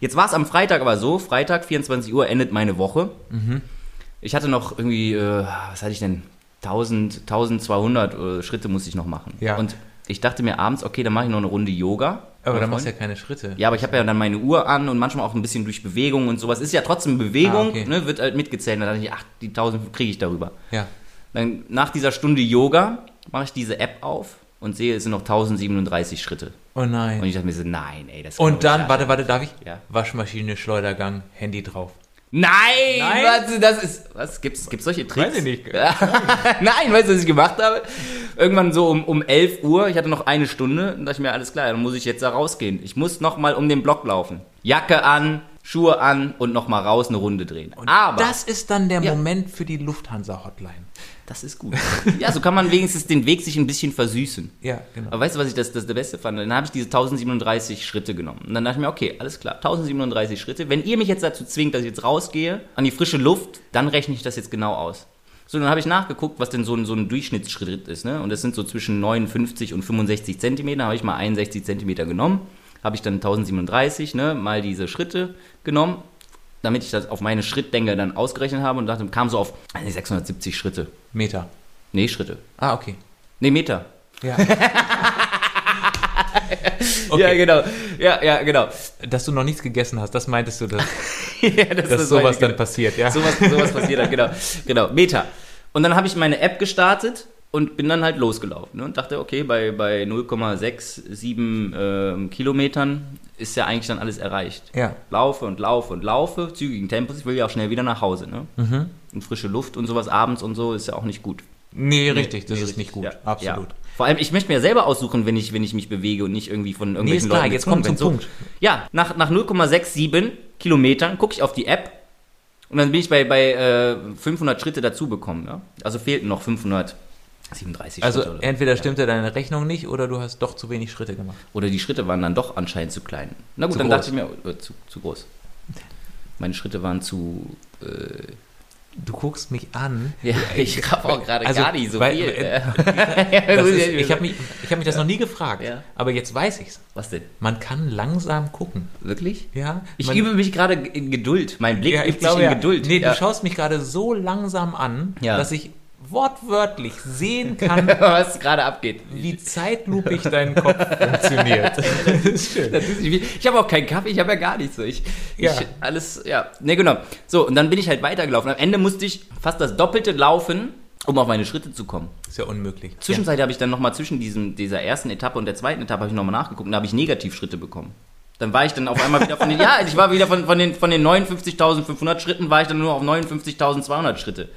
S1: Jetzt war es am Freitag aber so, Freitag, 24 Uhr endet meine Woche.
S2: Mhm.
S1: Ich hatte noch irgendwie, äh, was hatte ich denn? 1000, 1200 äh, Schritte musste ich noch machen.
S2: Ja.
S1: Und ich dachte mir abends, okay, dann mache ich noch eine Runde Yoga.
S2: Aber
S1: Oder
S2: dann machst du ja keine Schritte.
S1: ja, aber ich habe ja dann meine Uhr an und manchmal auch ein bisschen durch Bewegung und sowas. Ist ja trotzdem Bewegung,
S2: Ah, okay.
S1: ne, wird halt mitgezählt. Dann dachte ich, ach, die 1000 kriege ich darüber.
S2: Ja.
S1: Dann nach dieser Stunde Yoga mache ich diese App auf und sehe, es sind noch 1037 Schritte.
S2: Oh nein.
S1: Und ich dachte mir so, nein, ey, das
S2: Und
S1: glaub ich
S2: dann,
S1: nicht.
S2: warte, warte, darf ich?
S1: Ja.
S2: Waschmaschine, Schleudergang, Handy drauf.
S1: Nein,
S2: Nein?
S1: warte, das ist. Was? Gibt's, gibt's solche Tricks?
S2: Weiß ich nicht.
S1: <laughs> Nein, weißt du, was ich gemacht habe? Irgendwann so um, um 11 Uhr, ich hatte noch eine Stunde, dann dachte ich mir, alles klar, dann muss ich jetzt da rausgehen. Ich muss nochmal um den Block laufen. Jacke an, Schuhe an und nochmal raus eine Runde drehen. Aber
S2: das ist dann der
S1: Ja.
S2: Moment für die Lufthansa-Hotline.
S1: das ist gut. <laughs> Ja, so kann man wenigstens den Weg sich ein bisschen versüßen.
S2: Ja, genau.
S1: Aber weißt du, was ich das, das der Beste fand? Dann habe ich diese 1037 Schritte genommen. Und dann dachte ich mir, okay, alles klar, 1037 Schritte. Wenn ihr mich jetzt dazu zwingt, dass ich jetzt rausgehe, an die frische Luft, dann rechne ich das jetzt genau aus. So, dann habe ich nachgeguckt, was denn so ein, so ein Durchschnittsschritt ist. Ne? Und das sind so zwischen 59 und 65 Zentimeter. Habe ich mal 61 Zentimeter genommen. Habe ich dann 1037 ne, mal diese Schritte genommen, damit ich das auf meine Schrittdenker dann ausgerechnet habe und dachte, kam so auf 670 Schritte.
S2: Meter.
S1: Nee, Schritte.
S2: Ah, okay.
S1: Nee, Meter.
S2: Ja.
S1: Ja, <laughs>
S2: okay.
S1: genau. Ja, ja, genau.
S2: Dass du noch nichts gegessen hast, das meintest du, dass,
S1: ja, <laughs> das
S2: dass
S1: ist
S2: sowas
S1: meine-
S2: dann passiert, ja?
S1: Sowas, sowas passiert dann, genau. Genau, Meta. Und dann habe ich meine App gestartet und bin dann halt losgelaufen ne, und dachte, okay, bei, bei 0,67 ähm, Kilometern ist ja eigentlich dann alles erreicht.
S2: Ja.
S1: Laufe und laufe und laufe, zügigen Tempos, ich will ja auch schnell wieder nach Hause. Ne?
S2: Mhm.
S1: Und frische Luft und sowas abends und so ist ja auch nicht gut.
S2: Nee, richtig,
S1: Nee,
S2: das ist
S1: richtig,
S2: nicht gut.
S1: ja,
S2: Absolut.
S1: Ja. Vor allem, ich möchte mir ja selber aussuchen, wenn ich, wenn ich mich bewege und nicht irgendwie von irgendwelchen
S2: ist klar,
S1: Leuten
S2: jetzt komm
S1: gezwungen
S2: zum
S1: bin.
S2: Punkt.
S1: Ja, nach, nach 0,67 Kilometern gucke ich auf die App und dann bin ich bei, bei äh, 500 Schritte dazu bekommen. Ja? Also fehlten noch 537 Schritte.
S2: Also
S1: oder so.
S2: entweder stimmte deine Rechnung nicht oder du hast doch zu wenig Schritte gemacht.
S1: Oder die Schritte waren dann doch anscheinend zu klein. Na gut,
S2: Zu
S1: dann
S2: groß.
S1: dachte ich mir, äh, zu, zu groß. Meine Schritte waren zu. Äh,
S2: Du guckst mich an.
S1: ja, ich raff auch gerade
S2: also,
S1: gar nicht so
S2: weil-
S1: viel.
S2: <laughs> äh,
S1: <laughs> Ja,
S2: Das
S1: muss
S2: ist,
S1: ehrlich
S2: ich habe
S1: sagen.
S2: mich, ich hab mich das noch nie gefragt,
S1: Ja.
S2: aber jetzt weiß ich's.
S1: Was denn?
S2: Man kann langsam gucken.
S1: Wirklich?
S2: Ja,
S1: Ich
S2: man,
S1: übe mich gerade in Geduld. Mein Blick
S2: ja,
S1: übt
S2: ich glaube,
S1: sich in
S2: ja.
S1: Geduld.
S2: Nee,
S1: ja.
S2: du schaust mich gerade so langsam an,
S1: Ja.
S2: dass ich wortwörtlich sehen kann,
S1: <laughs> <laughs> was gerade abgeht.
S2: wie zeitlupe dein Kopf
S1: <laughs>
S2: funktioniert. das ist schön.
S1: Das ist nicht viel. Ich habe auch keinen Kaffee, ich habe ja gar nichts. so. Ich,
S2: Ja.
S1: ich alles, ja. Ne, genau. So, und dann bin ich halt weitergelaufen. Am Ende musste ich fast das Doppelte laufen, um auf meine Schritte zu kommen.
S2: Ist ja unmöglich.
S1: Zwischenzeit habe ich dann nochmal zwischen diesem, dieser ersten Etappe und der zweiten Etappe habe ich nochmal nachgeguckt und da habe ich Negativschritte bekommen. Dann war ich dann auf einmal wieder
S2: <laughs>
S1: von den, ja, ich war wieder von, von den, von den 59.500 Schritten, war ich dann nur auf 59.200 Schritte.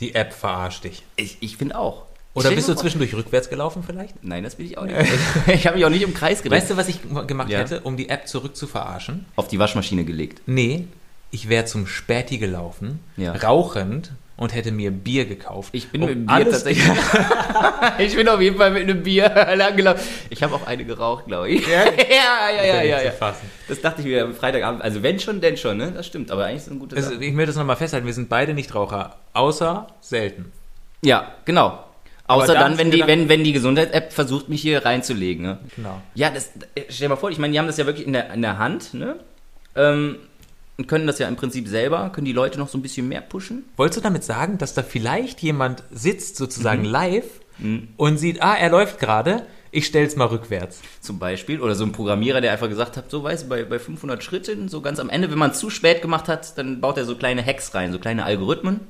S2: Die App verarscht dich.
S1: Ich, ich finde auch.
S2: Oder
S1: Stell
S2: bist
S1: dir
S2: du
S1: mal vor-
S2: zwischendurch rückwärts gelaufen vielleicht?
S1: Nein, das bin ich auch nicht. <laughs> Ich habe mich auch nicht im Kreis gedreht.
S2: Weißt du, was ich gemacht
S1: Ja.
S2: hätte, um die App zurück zu verarschen?
S1: auf die Waschmaschine gelegt.
S2: Nee, ich wäre zum Späti gelaufen,
S1: Ja.
S2: rauchend und hätte mir Bier gekauft.
S1: Ich bin
S2: um
S1: mit dem Bier
S2: alles- <laughs>
S1: tatsächlich. <laughs> ich bin auf jeden Fall mit einem Bier <laughs> langgelaufen. Ich habe auch eine geraucht, glaube ich. Ja, <laughs> ja, ja, ja, ja,
S2: nicht
S1: ja.
S2: zu fassen.
S1: Das dachte ich mir am Freitagabend. Also wenn schon, denn schon, ne? Das stimmt, aber eigentlich ist es ein guter
S2: Das,
S1: Sache.
S2: ich möchte das nochmal festhalten, wir sind beide Nichtraucher, außer selten.
S1: Ja, genau.
S2: da
S1: Außer
S2: hast
S1: dann,
S2: du
S1: wenn die,
S2: gedacht-
S1: wenn, wenn die Gesundheits-App versucht, mich hier reinzulegen. Ne?
S2: Genau.
S1: Ja, das, stell dir mal vor, ich meine, die haben das ja wirklich in der, in der Hand, ne? Ähm, und können das ja im Prinzip selber, können die Leute noch so ein bisschen mehr pushen.
S2: Wolltest du damit sagen, dass da vielleicht jemand sitzt,
S1: Mhm.
S2: sozusagen live, und sieht, ah, er läuft gerade, ich stell's mal rückwärts.
S1: Zum Beispiel. Oder so ein Programmierer, der einfach gesagt hat, so weißt du, bei, bei 500 Schritten, so ganz am Ende, wenn man zu spät gemacht hat, dann baut er so kleine Hacks rein, so kleine Algorithmen.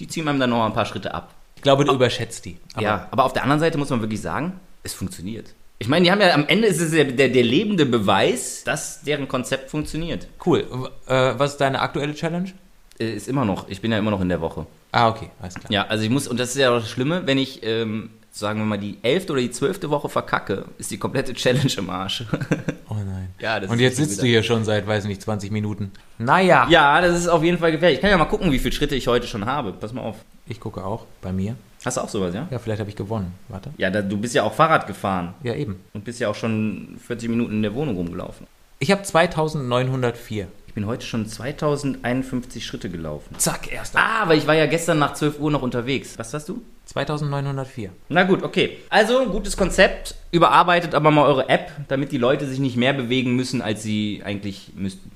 S1: Die ziehen einem dann noch mal ein paar Schritte ab.
S2: Ich glaube, du überschätzt die. Aber
S1: Ah. ja, aber auf der anderen Seite muss man wirklich sagen, es funktioniert. Ich meine, die haben ja am Ende ist es der, der, der lebende Beweis, dass deren Konzept funktioniert.
S2: Cool. W- Äh, was ist deine aktuelle Challenge?
S1: Äh, Ist immer noch, ich bin ja immer noch in der Woche.
S2: Ah, okay, alles klar.
S1: Ja, also ich muss, und das ist ja auch das Schlimme, wenn ich, ähm, sagen wir mal, die elfte oder die zwölfte Woche verkacke, ist die komplette Challenge im Arsch. <laughs>
S2: Oh nein.
S1: Ja, das
S2: und
S1: ist
S2: jetzt
S1: schon
S2: sitzt
S1: wieder-
S2: du hier schon seit, weiß nicht, 20 Minuten. Naja.
S1: ja, das ist auf jeden Fall gefährlich. Ich kann ja mal gucken, wie viele Schritte ich heute schon habe. Pass mal auf.
S2: Ich gucke auch bei mir.
S1: Hast du auch sowas, ja?
S2: Ja, vielleicht habe ich gewonnen. Warte.
S1: Ja, da, du bist ja auch Fahrrad gefahren
S2: Ja, eben.
S1: und bist ja auch schon 40 Minuten in der Wohnung rumgelaufen.
S2: Ich habe 2904.
S1: Ich bin heute schon 2051 Schritte gelaufen.
S2: Zack, erster.
S1: Ah, aber ich war ja gestern nach 12 Uhr noch unterwegs. Was hast du?
S2: 2904.
S1: Na gut, okay. Also, gutes Konzept. Überarbeitet aber mal eure App, damit die Leute sich nicht mehr bewegen müssen, als sie eigentlich müssten.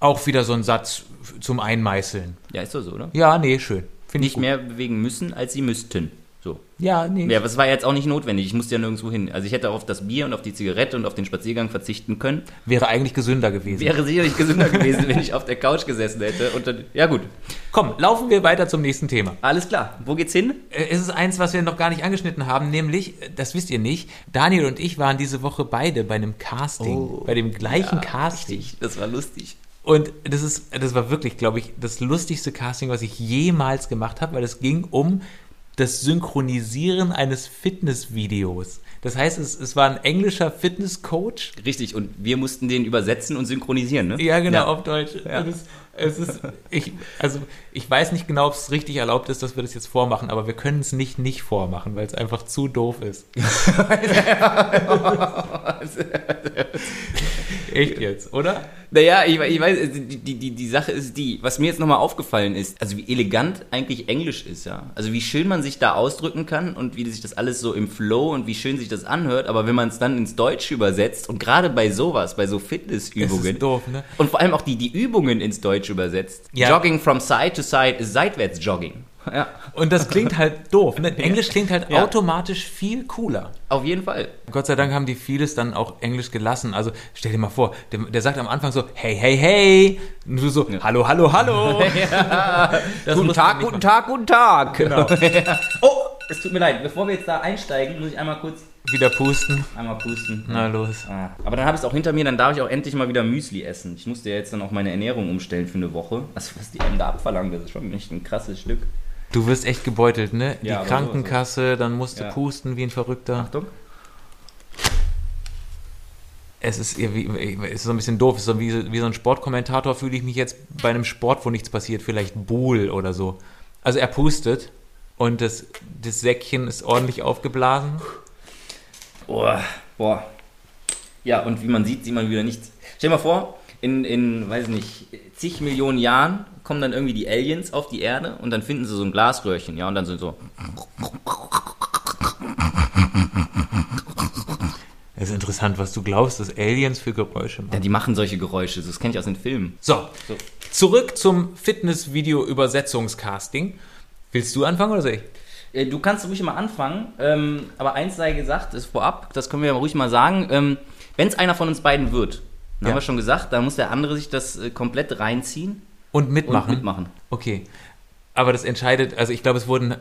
S2: Auch wieder so ein Satz f- zum Einmeißeln.
S1: Ja, ist doch so, oder?
S2: Ja, nee, schön. Finde ich
S1: Nicht
S2: gut.
S1: mehr bewegen müssen, als sie müssten. So.
S2: Ja, nee.
S1: Ja, aber es war jetzt auch nicht notwendig. Ich musste ja nirgendwo hin. Also, ich hätte auch auf das Bier und auf die Zigarette und auf den Spaziergang verzichten können.
S2: Wäre eigentlich gesünder gewesen.
S1: Wäre sicherlich gesünder gewesen, wenn ich auf der Couch gesessen hätte. Und dann, ja, gut.
S2: Komm, laufen wir weiter zum nächsten Thema.
S1: Alles klar. Wo geht's hin?
S2: Äh, Es ist eins, was wir noch gar nicht angeschnitten haben, nämlich, äh, das wisst ihr nicht, Daniel und ich waren diese Woche beide bei einem Casting,
S1: Oh,
S2: bei dem gleichen Casting.
S1: Das war lustig.
S2: Und das ist, das war wirklich, glaube ich, das lustigste Casting, was ich jemals gemacht habe, weil es ging um das Synchronisieren eines Fitnessvideos. Das heißt, es, es war ein englischer Fitnesscoach.
S1: Richtig, und wir mussten den übersetzen und synchronisieren, ne?
S2: Ja, genau, auf Deutsch. Und es, es ist, ich, also ich weiß nicht genau, ob es richtig erlaubt ist, dass wir das jetzt vormachen, aber wir können es nicht nicht vormachen, weil es einfach zu doof <laughs> ist. <laughs> Echt jetzt, oder?
S1: Naja, ich, ich weiß, also die, die- die, die Sache ist die, was mir jetzt nochmal aufgefallen ist, also wie elegant eigentlich Englisch ist, ja. Also wie schön man sich da ausdrücken kann und wie sich das alles so im Flow und wie schön sich das anhört, aber wenn man es dann ins Deutsche übersetzt und gerade bei sowas, bei so
S2: Es
S1: Fitnessübungen
S2: ist doof, ne?
S1: und vor allem auch die, die Übungen ins Deutsche übersetzt,
S2: Ja.
S1: Jogging from side to side ist seitwärts Jogging. Ja,
S2: Und das klingt halt doof. <laughs> Ne? Englisch klingt halt
S1: Ja.
S2: automatisch viel cooler.
S1: auf jeden Fall.
S2: Gott sei Dank haben die vieles dann auch Englisch gelassen. Also stell dir mal vor, der, der sagt am Anfang so, hey, hey, hey. Und du so, hallo, hallo, <laughs> hallo. Das
S1: Guten
S2: muss man
S1: Tag,
S2: nicht
S1: guten
S2: machen. Genau.
S1: Tag, guten Tag. oh, es tut mir leid, bevor wir jetzt da einsteigen, muss ich einmal kurz
S2: <laughs> Wieder pusten.
S1: einmal pusten.
S2: Na los.
S1: Ah, aber dann habe ich es auch hinter mir, dann darf ich auch endlich mal wieder Müsli essen. Ich musste ja jetzt dann auch meine Ernährung umstellen für eine Woche. Also was die einem da abverlangen, das ist schon echt ein krasses Stück.
S2: Du wirst echt gebeutelt, ne? Die
S1: Ja, aber
S2: Krankenkasse, dann musst du
S1: Ja.
S2: pusten wie ein Verrückter.
S1: Achtung.
S2: Es ist irgendwie, es ist so ein bisschen doof. Es ist so wie, so- wie so ein Sportkommentator fühle ich mich jetzt bei einem Sport, wo nichts passiert, vielleicht Buhl oder so. Also er pustet und das, das Säckchen ist ordentlich aufgeblasen.
S1: Boah, boah. Ja, und wie man sieht, sieht man wieder nichts. Stell dir mal vor, in, in, weiß nicht, zig Millionen Jahren kommen dann irgendwie die Aliens auf die Erde und dann finden sie so ein Glasröhrchen, ja, und dann sind so,
S2: Es ist interessant, was du glaubst, dass Aliens für Geräusche
S1: ja,
S2: machen.
S1: die machen solche Geräusche, das kenne ich aus den Filmen.
S2: So, zurück zum Fitnessvideo-Übersetzungscasting. Willst du anfangen oder soll ich?
S1: Äh, Du kannst ruhig mal anfangen, ähm, aber eins sei gesagt, ist vorab, das können wir ja ruhig mal sagen. Ähm, Wenn es einer von uns beiden wird, dann
S2: Ja.
S1: haben wir schon gesagt, dann muss der andere sich das äh, komplett reinziehen
S2: Und
S1: und
S2: mitmachen.
S1: mitmachen.
S2: Okay. Aber das entscheidet, also ich glaube, es wurden äh,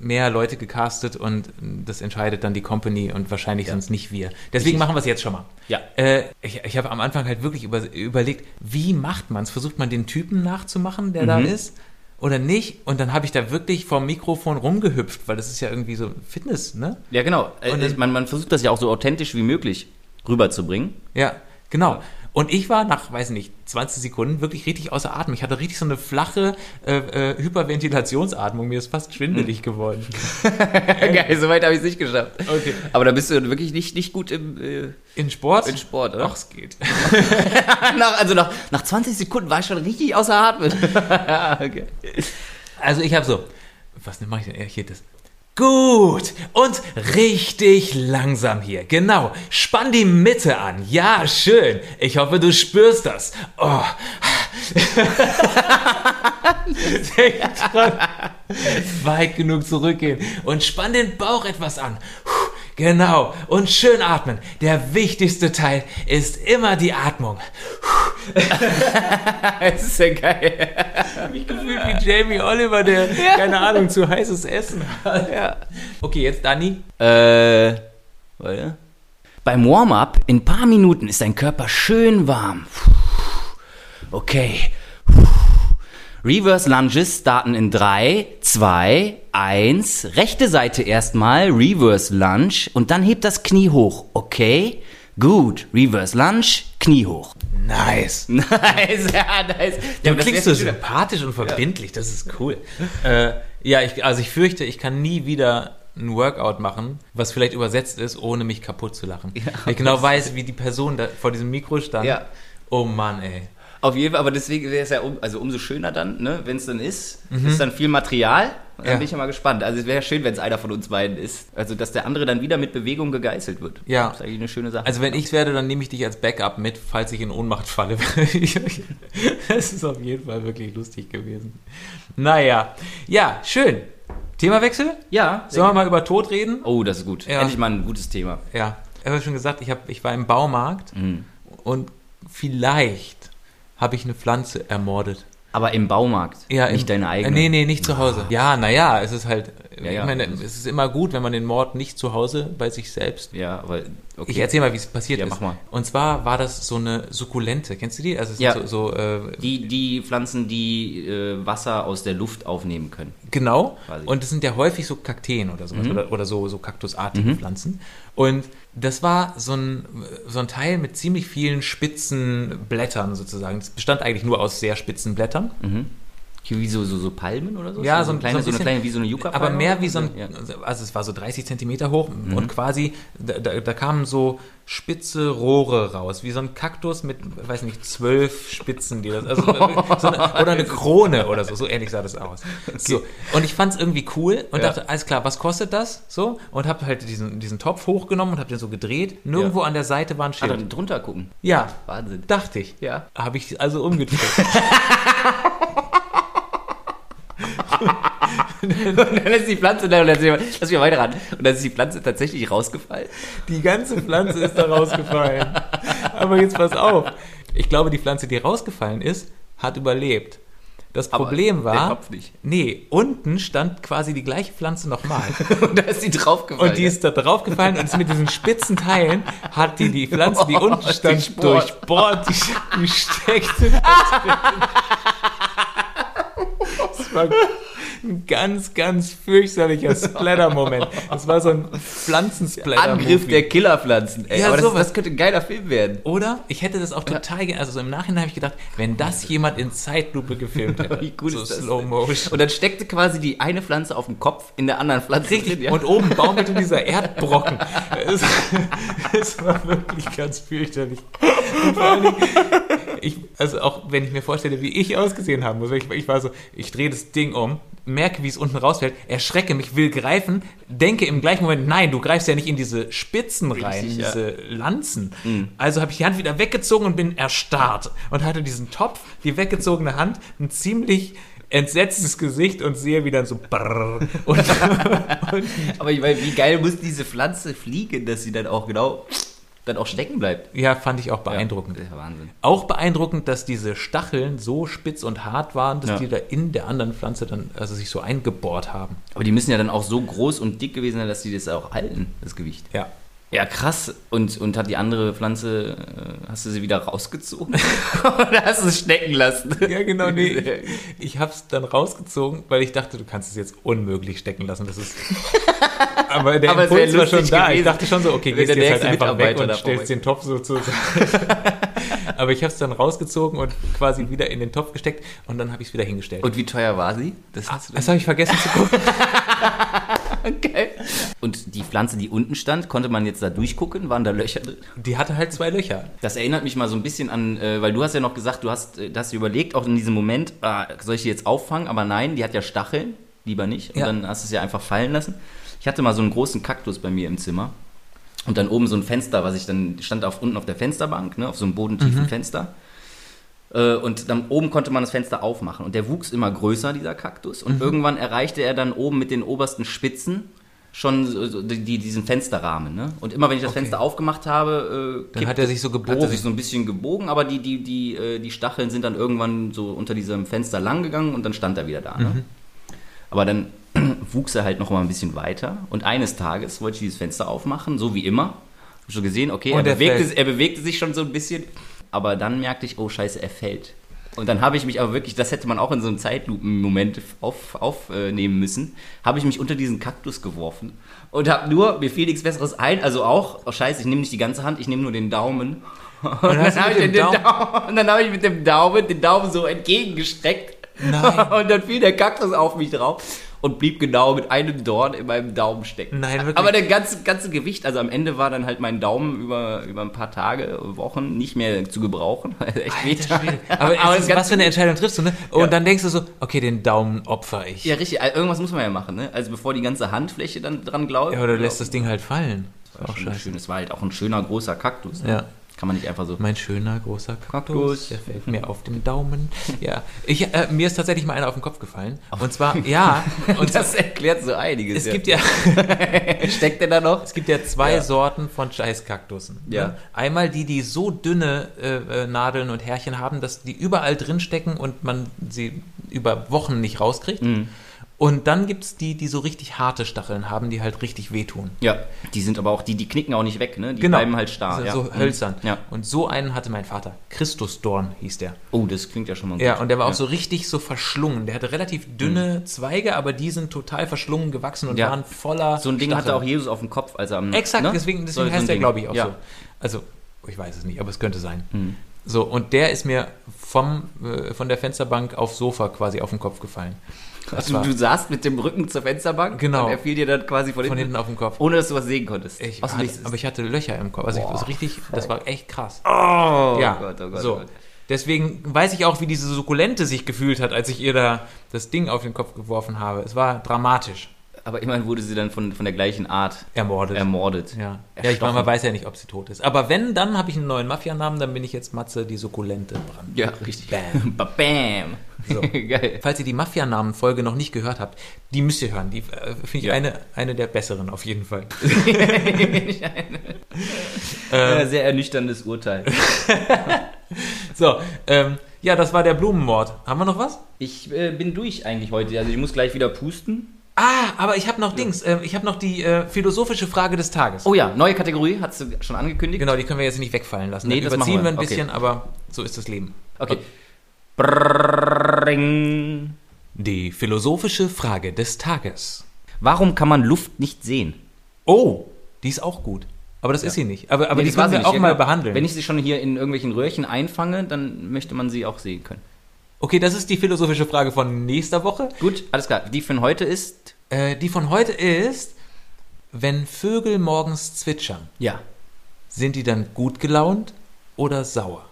S2: mehr Leute gecastet und ähm, das entscheidet dann die Company und wahrscheinlich sonst nicht wir. Deswegen machen wir es jetzt schon mal.
S1: Ja.
S2: Äh, ich ich habe am Anfang halt wirklich über, überlegt, wie macht man es? Versucht man den Typen nachzumachen, der da ist? Oder nicht? Und dann habe ich da wirklich vom Mikrofon rumgehüpft, weil das ist ja irgendwie so Fitness, ne?
S1: Ja, genau. Äh,
S2: Und dann-
S1: man, man versucht das ja auch so authentisch wie möglich <laughs> rüberzubringen.
S2: Ja, genau. Und ich war nach, weiß nicht, 20 Sekunden wirklich richtig außer Atem. Ich hatte richtig so eine flache äh, äh, Hyperventilationsatmung. Mir ist fast schwindelig geworden.
S1: Geil, so weit habe ich es nicht geschafft.
S2: Okay.
S1: Aber da bist du wirklich nicht, nicht gut im, äh,
S2: In Sport? Äh?
S1: in Sport, oder?
S2: Ach, es geht.
S1: nach, also nach, nach 20 Sekunden war ich schon richtig außer <laughs> Atem. okay.
S2: Also ich habe so, was mache ich denn? Ja, Hier das. Gut und richtig langsam hier. Genau. Spann die Mitte an. Ja, schön. Ich hoffe, du spürst das. Oh, <laughs> Denk dran. Weit genug zurückgehen und spann den Bauch etwas an. Puh, Genau. Und schön atmen. Der wichtigste Teil ist immer die Atmung.
S1: Das ist ja geil.
S2: Ich gefühlt wie Jamie Oliver, der, keine Ahnung, zu heißes Essen hat. Okay, jetzt Dani.
S1: Äh, warte. Beim Warm-up in ein paar Minuten ist dein Körper schön warm. Okay. Reverse Lunges starten in 3, 2, 1. Rechte Seite erstmal, Reverse Lunge und dann hebt das Knie hoch. Okay? Gut, Reverse Lunge, Knie hoch. <laughs>
S2: Nice.
S1: Nice, ja, nice. Ja,
S2: Du
S1: aber das
S2: klingst
S1: wär-
S2: so sympathisch und verbindlich, das
S1: <laughs>
S2: ist cool. Äh, ja, ich, also ich fürchte, ich kann nie wieder ein Workout machen, was vielleicht übersetzt ist, ohne mich kaputt zu lachen. Weil ich genau weiß, wie die Person da vor diesem Mikro stand.
S1: Ja.
S2: Oh Mann, ey.
S1: Auf jeden Fall, aber deswegen wäre es ja um, also umso schöner dann, ne, wenn es dann ist. Ist dann viel Material. Dann
S2: Mhm. Ja.
S1: bin ich ja mal gespannt. Also es wäre schön, wenn es einer von uns beiden ist. Also dass der andere dann wieder mit Bewegung gegeißelt wird.
S2: Ja.
S1: Das ist eigentlich eine schöne Sache.
S2: Also wenn ich werde, dann nehme ich dich als Backup mit, falls ich in Ohnmacht falle. <laughs> Es ist auf jeden Fall wirklich lustig gewesen. Naja, ja, schön. Themawechsel?
S1: ja. sehr
S2: Sollen wir
S1: gut.
S2: mal über Tod reden?
S1: Oh, das ist gut.
S2: Ja.
S1: Endlich mal ein gutes Thema.
S2: Ja, ich habe schon gesagt, ich, hab, ich war im Baumarkt
S1: Mhm.
S2: und vielleicht habe ich eine Pflanze ermordet.
S1: Aber im Baumarkt.
S2: Ja,
S1: nicht
S2: im- Äh,
S1: deine eigene. Ah.
S2: Nee, nee, nicht zu Hause. Ja, naja, es ist halt,
S1: Ja, ja.
S2: ich meine, es ist immer gut, wenn man den Mord nicht zu Hause bei sich selbst.
S1: Ja, aber okay.
S2: Ich erzähle mal, wie es passiert
S1: Ja,
S2: ist.
S1: mach mal.
S2: Und zwar war das so eine Sukkulente, kennst du die? Also es
S1: Ja.
S2: sind so, so äh,
S1: die, die Pflanzen, die äh, Wasser aus der Luft aufnehmen können.
S2: Genau.
S1: Quasi.
S2: Und das sind ja häufig so Kakteen oder
S1: Mhm.
S2: sowas oder, oder so, so kaktusartige Pflanzen. Und das war so ein, so ein Teil mit ziemlich vielen spitzen Blättern sozusagen. Es bestand eigentlich nur aus sehr spitzen Blättern.
S1: Wie so, so, so Palmen oder so?
S2: Ja, so
S1: so,
S2: ein-
S1: kleine,
S2: so
S1: so,
S2: ein
S1: eine kleine, wie so eine Yucca.
S2: Aber mehr wie so ein, also es war so 30 Zentimeter hoch
S1: Mhm.
S2: und quasi, da, da, da kamen so spitze Rohre raus, wie so ein Kaktus mit, weiß nicht, zwölf Spitzen, die das, also, so
S1: <laughs>
S2: eine, oder eine Krone oder so, so ähnlich sah das aus. So, und ich fand es irgendwie cool und
S1: Ja.
S2: dachte, alles klar, was kostet das? So, und hab halt diesen, diesen Topf hochgenommen und hab den so gedreht. Nirgendwo an der Seite war ein
S1: Ah,
S2: Schild.
S1: dann drunter gucken.
S2: ja,
S1: Wahnsinn.
S2: dachte ich.
S1: Ja.
S2: Habe ich also umgedreht.
S1: Und dann ist die Pflanze da und dann sehen wir, lass mich mal weiter ran. Und dann ist die Pflanze tatsächlich rausgefallen.
S2: Die ganze Pflanze ist da rausgefallen. Aber jetzt pass auf. Ich glaube, die Pflanze, die rausgefallen ist, hat überlebt. Das
S1: Aber
S2: Problem
S1: der
S2: war,
S1: Kopf nicht.
S2: nee, unten stand quasi die gleiche
S1: <laughs>
S2: Pflanze nochmal.
S1: Und da ist die draufgefallen.
S2: Und die ist da draufgefallen und ist mit diesen spitzen Teilen, hat die die
S1: <laughs>
S2: Pflanze, die
S1: Oh,
S2: unten stand,
S1: durchbohrt.
S2: durchbohrt, die, die steckte.
S1: <laughs>
S2: Das war ein ganz, ganz fürchterlicher Splatter-Moment. Das war so ein Pflanzensplatter.
S1: Angriff der Killerpflanzen. Ey,
S2: Ja,
S1: aber das,
S2: sowas.
S1: das könnte ein geiler Film werden.
S2: Oder ich hätte das auch total gerne, also so im Nachhinein habe ich gedacht, wenn das jemand in Zeitlupe gefilmt
S1: <laughs>
S2: hätte.
S1: Wie cool
S2: so
S1: ist das
S2: Slow
S1: denn?
S2: Motion.
S1: Und dann steckte quasi die eine Pflanze auf dem Kopf in der anderen Pflanze.
S2: Richtig,
S1: drin, ja.
S2: und oben baumelte dieser Erdbrocken. Es, <laughs> es war wirklich ganz fürchterlich. Und vor allen Dingen, ich, also auch wenn ich mir vorstelle, wie ich ausgesehen haben muss, ich, ich war so, ich drehe das Ding um, merke, wie es unten rausfällt, erschrecke mich, will greifen, denke im gleichen Moment, nein, du greifst ja nicht in diese Spitzen rein, in
S1: ja. Mhm.
S2: diese Lanzen. Also habe ich die Hand wieder weggezogen und bin erstarrt und hatte diesen Topf, die weggezogene Hand, ein ziemlich entsetztes Gesicht und sehe, wie dann so brrr und, und
S1: aber ich meine, wie geil muss diese Pflanze fliegen, dass sie dann auch genau dann auch stecken bleibt.
S2: ja, fand ich auch beeindruckend.
S1: Ja, Wahnsinn.
S2: Auch beeindruckend, dass diese Stacheln so spitz und hart waren, dass
S1: Ja.
S2: die da in der anderen Pflanze dann also sich so eingebohrt haben.
S1: Aber die müssen ja dann auch so groß und dick gewesen sein, dass die das auch halten, das Gewicht.
S2: Ja.
S1: Ja, krass. Und, und hat die andere Pflanze, äh, hast du sie wieder <laughs> rausgezogen? Oder hast du es stecken lassen?
S2: Ja,
S1: <laughs>
S2: genau, nee. Ich habe es dann rausgezogen, weil ich dachte, du kannst es jetzt unmöglich stecken lassen.
S1: <laughs>
S2: Das ist. Aber der
S1: Aber es wär
S2: Impuls war schon
S1: lustig
S2: da. Ich
S1: gewesen,
S2: dachte schon so, okay,
S1: wenn der
S2: gehst jetzt halt
S1: nächste
S2: einfach weg
S1: Mitarbeiter
S2: und
S1: da
S2: stellst den Topf
S1: <laughs>
S2: so zur Seite. Aber ich habe es dann rausgezogen und quasi wieder in den Topf gesteckt und dann habe ich es wieder hingestellt.
S1: Und wie teuer war sie? Das
S2: Ach, das habe ich vergessen
S1: <laughs>
S2: zu gucken.
S1: geil. Und die Pflanze, die unten stand, konnte man jetzt da durchgucken? Waren da Löcher drin?
S2: Die hatte halt zwei Löcher.
S1: Das erinnert mich mal so ein bisschen an, äh, weil du hast ja noch gesagt, du hast, äh, hast dir überlegt, auch in diesem Moment, ah, soll ich die jetzt auffangen? Aber nein, die hat ja Stacheln, lieber nicht. Und
S2: Ja.
S1: dann hast du es ja einfach fallen lassen. Ich hatte mal so einen großen Kaktus bei mir im Zimmer. Und dann oben so ein Fenster, was ich dann stand auf unten auf der Fensterbank, ne, auf so einem bodentiefen Fenster. Äh, Und dann oben konnte man das Fenster aufmachen. Und der wuchs immer größer, dieser Kaktus. Und irgendwann erreichte er dann oben mit den obersten Spitzen schon so- so die, die, diesen Fensterrahmen. Ne? Und immer wenn ich das Fenster aufgemacht habe, äh,
S2: Dann hat er sich so
S1: hat er
S2: gebogen.
S1: sich so ein bisschen gebogen, aber die, die, die, äh, die Stacheln sind dann irgendwann so unter diesem Fenster lang gegangen und dann stand er wieder da.
S2: Mhm.
S1: Ne? Aber dann <clears throat> wuchs er halt noch mal ein bisschen weiter und eines Tages wollte ich dieses Fenster aufmachen, so wie immer. Hab schon gesehen, okay, er
S2: Und er
S1: bewegte,
S2: fällt.
S1: er bewegte sich schon so ein bisschen, aber dann merkte ich, oh scheiße, er fällt. Und dann habe ich mich aber wirklich, das hätte man auch in so einem Zeitlupen-Moment aufnehmen auf, äh, nehmen müssen, habe ich mich unter diesen Kaktus geworfen und habe nur, mir fiel nichts Besseres ein, also auch, oh scheiße, ich nehme nicht die ganze Hand, ich nehme nur den Daumen. <laughs> Und
S2: hast du
S1: dann habe
S2: mit
S1: ich,
S2: dem
S1: den Daumen.
S2: Daumen-
S1: <laughs> und dann hab ich mit dem Daumen den Daumen so entgegengestreckt.
S2: Nein.
S1: <laughs> Und dann fiel der Kaktus auf mich drauf und blieb genau mit einem Dorn in meinem Daumen stecken.
S2: Nein, wirklich?
S1: Aber das ganze, ganze Gewicht, also am Ende war dann halt mein Daumen über, über ein paar Tage, Wochen nicht mehr zu gebrauchen. <laughs> Also Echt weh
S2: Alter <laughs> Schwede.
S1: tat.
S2: Aber,
S1: <laughs> Aber das
S2: es ist, was für
S1: ganze,
S2: eine Entscheidung triffst du, ne? Und dann denkst du so, okay, den Daumen opfer ich.
S1: ja, richtig, also irgendwas muss man ja machen, ne? Also bevor die ganze Handfläche dann dran glaubt.
S2: Ja, oder du lässt das Ding halt fallen. Ist auch
S1: Schön,
S2: scheiße.
S1: schön. Es war halt auch ein schöner großer Kaktus. Ne?
S2: Ja.
S1: Kann man nicht einfach so.
S2: Mein schöner großer
S1: Kaktus.
S2: Kaktus, der fällt mir auf den Daumen. Ja, ich, äh, mir ist tatsächlich mal einer auf den Kopf gefallen. Und zwar,
S1: <laughs>
S2: ja, und
S1: das erklärt so einiges.
S2: es
S1: ja.
S2: gibt ja,
S1: <laughs> Steckt der da noch?
S2: es gibt ja zwei Sorten von Scheißkaktussen. ne?
S1: Ja.
S2: Einmal die, die so dünne äh, äh, Nadeln und Härchen haben, dass die überall drin stecken und man sie über Wochen nicht rauskriegt.
S1: Mhm.
S2: Und dann gibt's die, die so richtig harte Stacheln haben, die halt richtig wehtun.
S1: Ja, die sind aber auch, die, die knicken auch nicht weg, ne? Die bleiben halt starr.
S2: Genau. So,
S1: ja.
S2: so hölzern.
S1: Ja.
S2: Und so einen hatte mein Vater. Christusdorn hieß der.
S1: Oh, das klingt ja schon mal gut.
S2: Ja, und der war
S1: Ja. Mhm.
S2: auch so richtig so verschlungen. Der hatte relativ dünne Zweige, aber die sind total verschlungen gewachsen und
S1: Ja.
S2: waren voller.
S1: So ein Ding hatte
S2: Stacheln.
S1: auch Jesus auf dem Kopf, als er am.
S2: Exakt,
S1: ne?
S2: deswegen,
S1: So- so
S2: deswegen
S1: ein
S2: heißt der,
S1: Ding.
S2: glaube ich, auch
S1: ja. Hm.
S2: so. Also, ich weiß es nicht, aber es könnte sein. So, und der ist mir vom, äh, von der Fensterbank aufs Sofa quasi auf den
S1: <laughs>
S2: Kopf gefallen. Das
S1: Also,
S2: war
S1: du saßt mit dem Rücken zur Fensterbank
S2: Genau.
S1: und er fiel dir dann quasi von
S2: von
S1: hinten,
S2: hinten auf den Kopf.
S1: ohne dass du Oh, was sehen konntest.
S2: Ich
S1: Aus dem
S2: hatte,
S1: Nichts.
S2: aber ich hatte Löcher im Kopf. Also, ich, das, richtig, das war echt krass.
S1: oh,
S2: ja,
S1: Gott, oh Gott,
S2: so.
S1: oh Gott.
S2: Deswegen weiß ich auch, wie diese Sukkulente sich gefühlt hat, als ich ihr da das Ding auf den Kopf geworfen habe. Es war dramatisch
S1: Aber immerhin wurde sie dann von, von der gleichen Art
S2: ermordet.
S1: ermordet.
S2: ja. ja, ich
S1: Erstochen.
S2: meine, man weiß ja nicht, ob sie tot ist. Aber wenn, dann habe ich einen neuen Mafianamen, dann bin ich jetzt Matze die Sukkulente dran.
S1: Ja, richtig.
S2: Bam.
S1: <laughs> Ba Bam. <laughs>
S2: So.
S1: Geil.
S2: Falls ihr die Mafianamen-Folge noch nicht gehört habt, die müsst ihr hören. Die äh, finde ich
S1: Ja.
S2: eine, eine der besseren auf jeden Fall. Ähm.
S1: Ja, sehr ernüchterndes Urteil.
S2: So, ähm, ja, das war der Blumenmord. Haben wir noch was?
S1: Ich äh, bin durch eigentlich heute. Also ich muss gleich wieder pusten.
S2: Ah, aber ich habe noch Dings. Ähm, ich habe noch die äh, philosophische Frage des Tages.
S1: Oh ja, neue Kategorie, hast du schon angekündigt.
S2: Genau, die können wir jetzt nicht wegfallen lassen.
S1: Nee,
S2: Dann
S1: das machen
S2: überziehen
S1: wir.
S2: wir ein
S1: Okay.
S2: bisschen, aber so ist das Leben.
S1: Okay. Brrring.
S2: Die philosophische Frage des Tages.
S1: Warum kann man Luft nicht sehen?
S2: Oh, die ist auch gut. Aber das ist sie nicht. Aber, aber
S1: Nee,
S2: die
S1: das war
S2: können
S1: sie
S2: wir
S1: nicht.
S2: auch
S1: Ja,
S2: mal
S1: genau.
S2: behandeln.
S1: Wenn ich sie schon hier in irgendwelchen Röhrchen einfange, dann möchte man sie auch sehen können.
S2: okay, das ist die philosophische Frage von nächster Woche.
S1: Gut, alles klar. Die von heute ist.
S2: Äh, die von heute ist, wenn Vögel morgens zwitschern,
S1: Ja.
S2: sind die dann gut gelaunt oder sauer?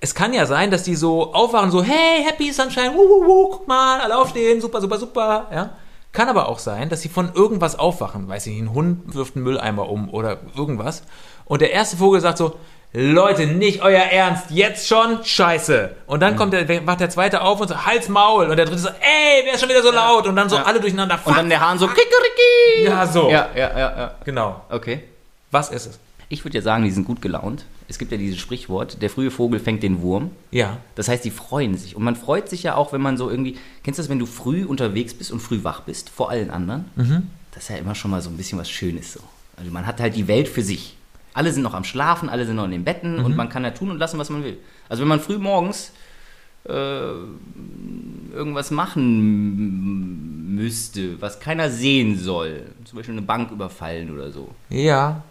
S2: Es kann ja sein, dass die so aufwachen, so, hey, happy sunshine, wuh, wuh, wuh, guck mal, alle aufstehen, super, super, super, ja. Kann aber auch sein, dass sie von irgendwas aufwachen, weiß ich nicht, ein Hund wirft einen Mülleimer um oder irgendwas. Und der erste Vogel sagt so, Leute, nicht euer Ernst, jetzt schon, scheiße. Und
S1: Mhm.
S2: dann kommt der, wacht der zweite auf und so, Hals, Maul. Und der dritte so, ey, wer ist schon wieder so laut? Und dann so
S1: Ja.
S2: alle durcheinander, fuck.
S1: Und dann der Hahn so. Kikeriki.
S2: ja, so.
S1: Ja, ja, ja, ja.
S2: Genau.
S1: Okay.
S2: Was ist es?
S1: Ich würde ja sagen, die sind gut gelaunt. Es gibt ja dieses Sprichwort: der frühe Vogel fängt den Wurm.
S2: Ja.
S1: Das heißt, die freuen sich. Und man freut sich ja auch, wenn man so irgendwie. Kennst du das, wenn du früh unterwegs bist und früh wach bist, vor allen anderen? Das ist ja immer schon mal so ein bisschen was Schönes so. Also man hat halt die Welt für sich. Alle sind noch am Schlafen, alle sind noch in den Betten und man kann ja tun und lassen, was man will. Also wenn man früh morgens äh, irgendwas machen müsste, was keiner sehen soll, zum Beispiel eine Bank überfallen oder so.
S2: Ja.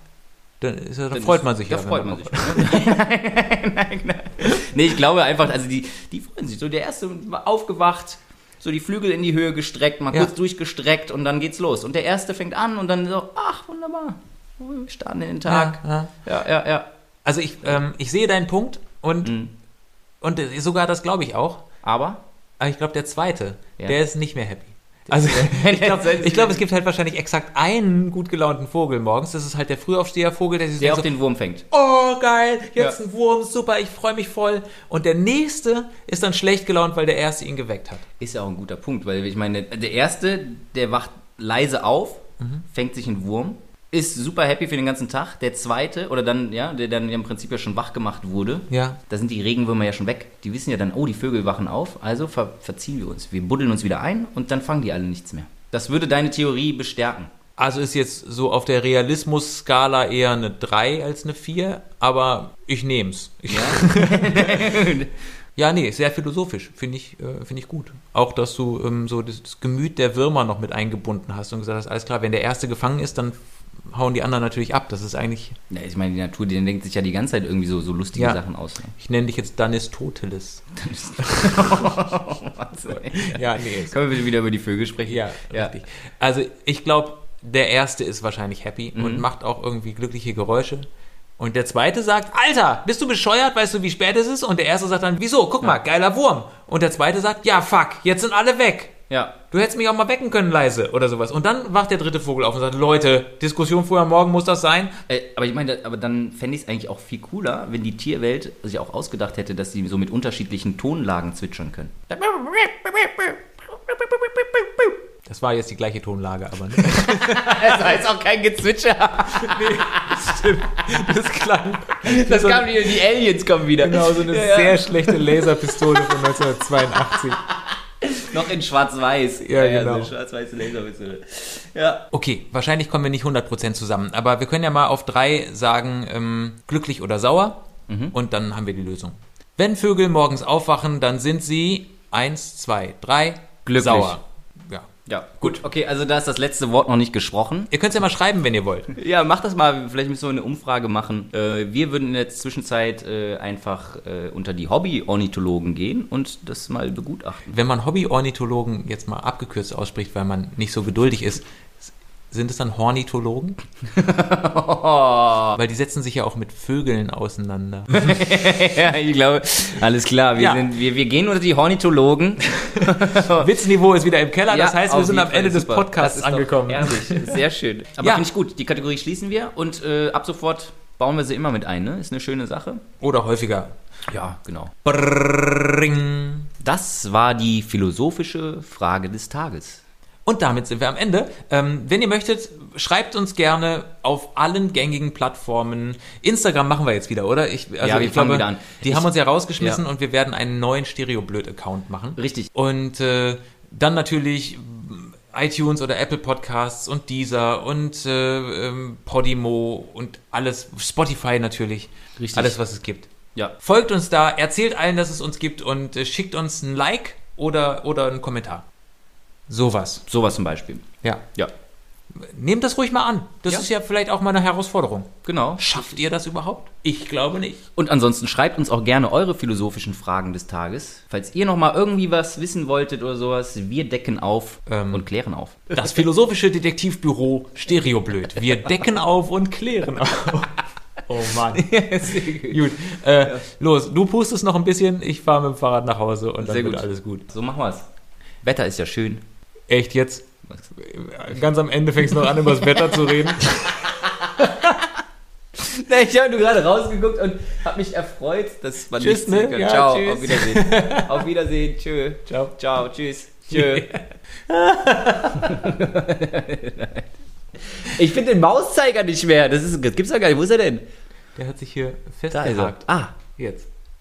S2: Dann, ist, ja- dann
S1: Dann
S2: freut
S1: ist-
S2: man sich
S1: Da
S2: ja, wenn
S1: freut man sich. <laughs> nein, nein, nein. Nee, ich glaube einfach, also die, die freuen sich. So der erste war aufgewacht, so die Flügel in die Höhe gestreckt, mal
S2: Ja.
S1: kurz durchgestreckt und dann geht's los. Und der erste fängt an und dann so, ach, wunderbar. Wir starten in den Tag.
S2: Ja, ja.
S1: Ja, ja, ja.
S2: Also ich, ähm, ich sehe deinen Punkt und,
S1: Mhm.
S2: und äh, sogar das glaube ich auch.
S1: Aber
S2: Aber ich glaube, der zweite,
S1: Ja.
S2: der ist nicht mehr happy. <laughs> Also ich glaube, glaub, es gibt halt wahrscheinlich exakt einen gut gelaunten Vogel morgens. Das ist halt der Frühaufstehervogel, der sich
S1: der
S2: denkt
S1: auch den Wurm fängt.
S2: oh geil, jetzt
S1: Ja.
S2: ein Wurm, super, ich freue mich voll. Und der nächste ist dann schlecht gelaunt, weil der erste ihn geweckt hat.
S1: Ist ja auch ein guter Punkt, weil ich meine, der erste, der wacht leise auf,
S2: Mhm.
S1: fängt sich einen Wurm, ist super happy für den ganzen Tag. Der zweite, oder dann, ja, der dann im Prinzip ja schon wach gemacht wurde,
S2: Ja.
S1: da sind die Regenwürmer ja schon weg. Die wissen ja dann, oh, die Vögel wachen auf, also ver verziehen wir uns. Wir buddeln uns wieder ein und dann fangen die alle nichts mehr. Das würde deine Theorie bestärken.
S2: Also ist jetzt so auf der Realismus-Skala eher eine 3 als eine 4, aber ich nehm's. Ich <laughs> ja. nee, sehr philosophisch. Finde ich, äh, finde ich gut. Auch, dass du ähm, so das, das Gemüt der Würmer noch mit eingebunden hast und gesagt hast, alles klar, wenn der Erste gefangen ist, dann hauen die anderen natürlich ab. Das ist eigentlich,
S1: Ja, ich meine, die Natur, die denkt sich ja die ganze Zeit irgendwie so, so lustige
S2: Ja.
S1: Sachen aus. Ne?
S2: ich nenne dich jetzt Danistoteles.
S1: <laughs>
S2: Ja, nee,
S1: Können wir bitte wieder über die Vögel sprechen?
S2: Ja, richtig. Also ich glaube, der erste ist wahrscheinlich happy und macht auch irgendwie glückliche Geräusche. Und der zweite sagt, Alter, bist du bescheuert? Weißt du, wie spät es ist? Und der erste sagt dann, wieso? Guck mal, geiler Wurm. Und der zweite sagt, ja, fuck, jetzt sind alle weg.
S1: Ja,
S2: Du hättest mich auch mal wecken können leise oder sowas. Und dann wacht der dritte Vogel auf und sagt, Leute, Diskussion früher am Morgen muss das sein.
S1: Äh, aber ich meine, da- aber dann fände ich es eigentlich auch viel cooler, wenn die Tierwelt sich auch ausgedacht hätte, dass sie so mit unterschiedlichen Tonlagen zwitschern <laughs> können.
S2: Das war jetzt die gleiche Tonlage, aber ne? <laughs>
S1: Das heißt auch kein <laughs> Gezwitscher.
S2: das klang.
S1: Das kam wieder, die Aliens kommen wieder.
S2: genau so eine
S1: Ja, ja.
S2: sehr schlechte Laserpistole <laughs> von 1982.
S1: Noch in schwarz-weiß.
S2: Ja, genau.
S1: so schwarz-weiße Laserpistole. Ja.
S2: Okay, wahrscheinlich kommen wir nicht 100% zusammen, aber wir können ja mal auf drei sagen, ähm, glücklich oder sauer
S1: Mhm.
S2: und dann haben wir die Lösung. Wenn Vögel morgens aufwachen, dann sind sie eins, zwei, drei
S1: Glücklich.
S2: sauer. Ja.
S1: Ja, gut. Okay, also da ist das letzte Wort noch nicht gesprochen.
S2: Ihr könnt es ja mal schreiben, wenn ihr wollt. <laughs>
S1: Ja, mach das mal. Vielleicht müssen wir eine Umfrage machen. Äh, wir würden in der Zwischenzeit äh, einfach äh, unter die Hobby-Ornithologen gehen und das mal begutachten.
S2: Wenn man Hobby-Ornithologen jetzt mal abgekürzt ausspricht, weil man nicht so geduldig ist, s- sind es dann Hornithologen?
S1: Oh.
S2: Weil die setzen sich ja auch mit Vögeln auseinander.
S1: <laughs> Ja, ich glaube, alles klar. Wir,
S2: Ja.
S1: sind, wir, wir gehen unter die <laughs> Hornithologen.
S2: Witzniveau ist wieder im Keller, das heißt, wir
S1: auf
S2: sind
S1: jeden
S2: am
S1: Fall,
S2: Ende des
S1: super. Das
S2: Podcasts
S1: ist doch
S2: angekommen.
S1: Ehrlich, sehr <laughs> schön. Aber
S2: Ja.
S1: finde ich gut. Die Kategorie schließen wir und äh, ab sofort bauen wir sie immer mit ein. Ne? Ist eine schöne Sache.
S2: Oder häufiger.
S1: Ja, genau.
S2: Brrring.
S1: Das war die philosophische Frage des Tages.
S2: Und damit sind wir am Ende. Ähm, wenn ihr möchtet, schreibt uns gerne auf allen gängigen Plattformen. Instagram machen wir jetzt wieder, oder? Ich, also
S1: Ja, wir
S2: ich
S1: fangen wieder an.
S2: Die
S1: Ich-
S2: haben uns ja rausgeschmissen
S1: Ja.
S2: und wir werden einen neuen Stereo-Blöd-Account machen.
S1: Richtig.
S2: Und äh, dann natürlich mm, iTunes oder Apple Podcasts und Deezer und äh, ähm, Podimo und alles, Spotify natürlich.
S1: Richtig.
S2: Alles, was es gibt.
S1: Ja.
S2: Folgt uns da, erzählt allen, dass es uns gibt und äh, schickt uns ein Like oder, oder einen Kommentar. Sowas.
S1: Sowas zum Beispiel.
S2: Ja.
S1: Ja,
S2: Nehmt das ruhig mal an. Das
S1: Ja.
S2: ist ja vielleicht auch mal eine Herausforderung.
S1: genau.
S2: Schafft ihr das überhaupt? Ich glaube nicht.
S1: Und ansonsten schreibt uns auch gerne eure philosophischen Fragen des Tages. Falls ihr nochmal irgendwie was wissen wolltet oder sowas, wir decken auf
S2: Ähm.
S1: und klären
S2: <laughs>
S1: auf.
S2: Das philosophische Detektivbüro Stereoblöd. Wir decken auf und klären auf. Oh Mann. gut. Äh, Los, du pustest noch ein bisschen, ich fahre mit dem Fahrrad nach Hause und dann
S1: Sehr
S2: wird
S1: gut.
S2: alles gut.
S1: So machen wir's. Wetter ist ja
S2: <laughs>
S1: schön.
S2: Echt jetzt? Ganz am Ende fängst du noch an, über das Wetter zu reden.
S1: Na, ich habe nur gerade rausgeguckt und habe mich erfreut, dass man
S2: Tschüss,
S1: nichts sehen
S2: ne?
S1: kann.
S2: Ja,
S1: Ciao,
S2: tschüss.
S1: auf Wiedersehen.
S2: <laughs>
S1: auf Wiedersehen, tschö.
S2: Ciao.
S1: Ciao, tschüss. Tschö. <laughs> ich finde den Mauszeiger nicht mehr. Das, ist, das gibt's ja gar nicht. Wo ist er denn?
S2: Der hat sich
S1: Da
S2: hier
S1: ist er.
S2: festgehakt.
S1: Ah.
S2: Jetzt.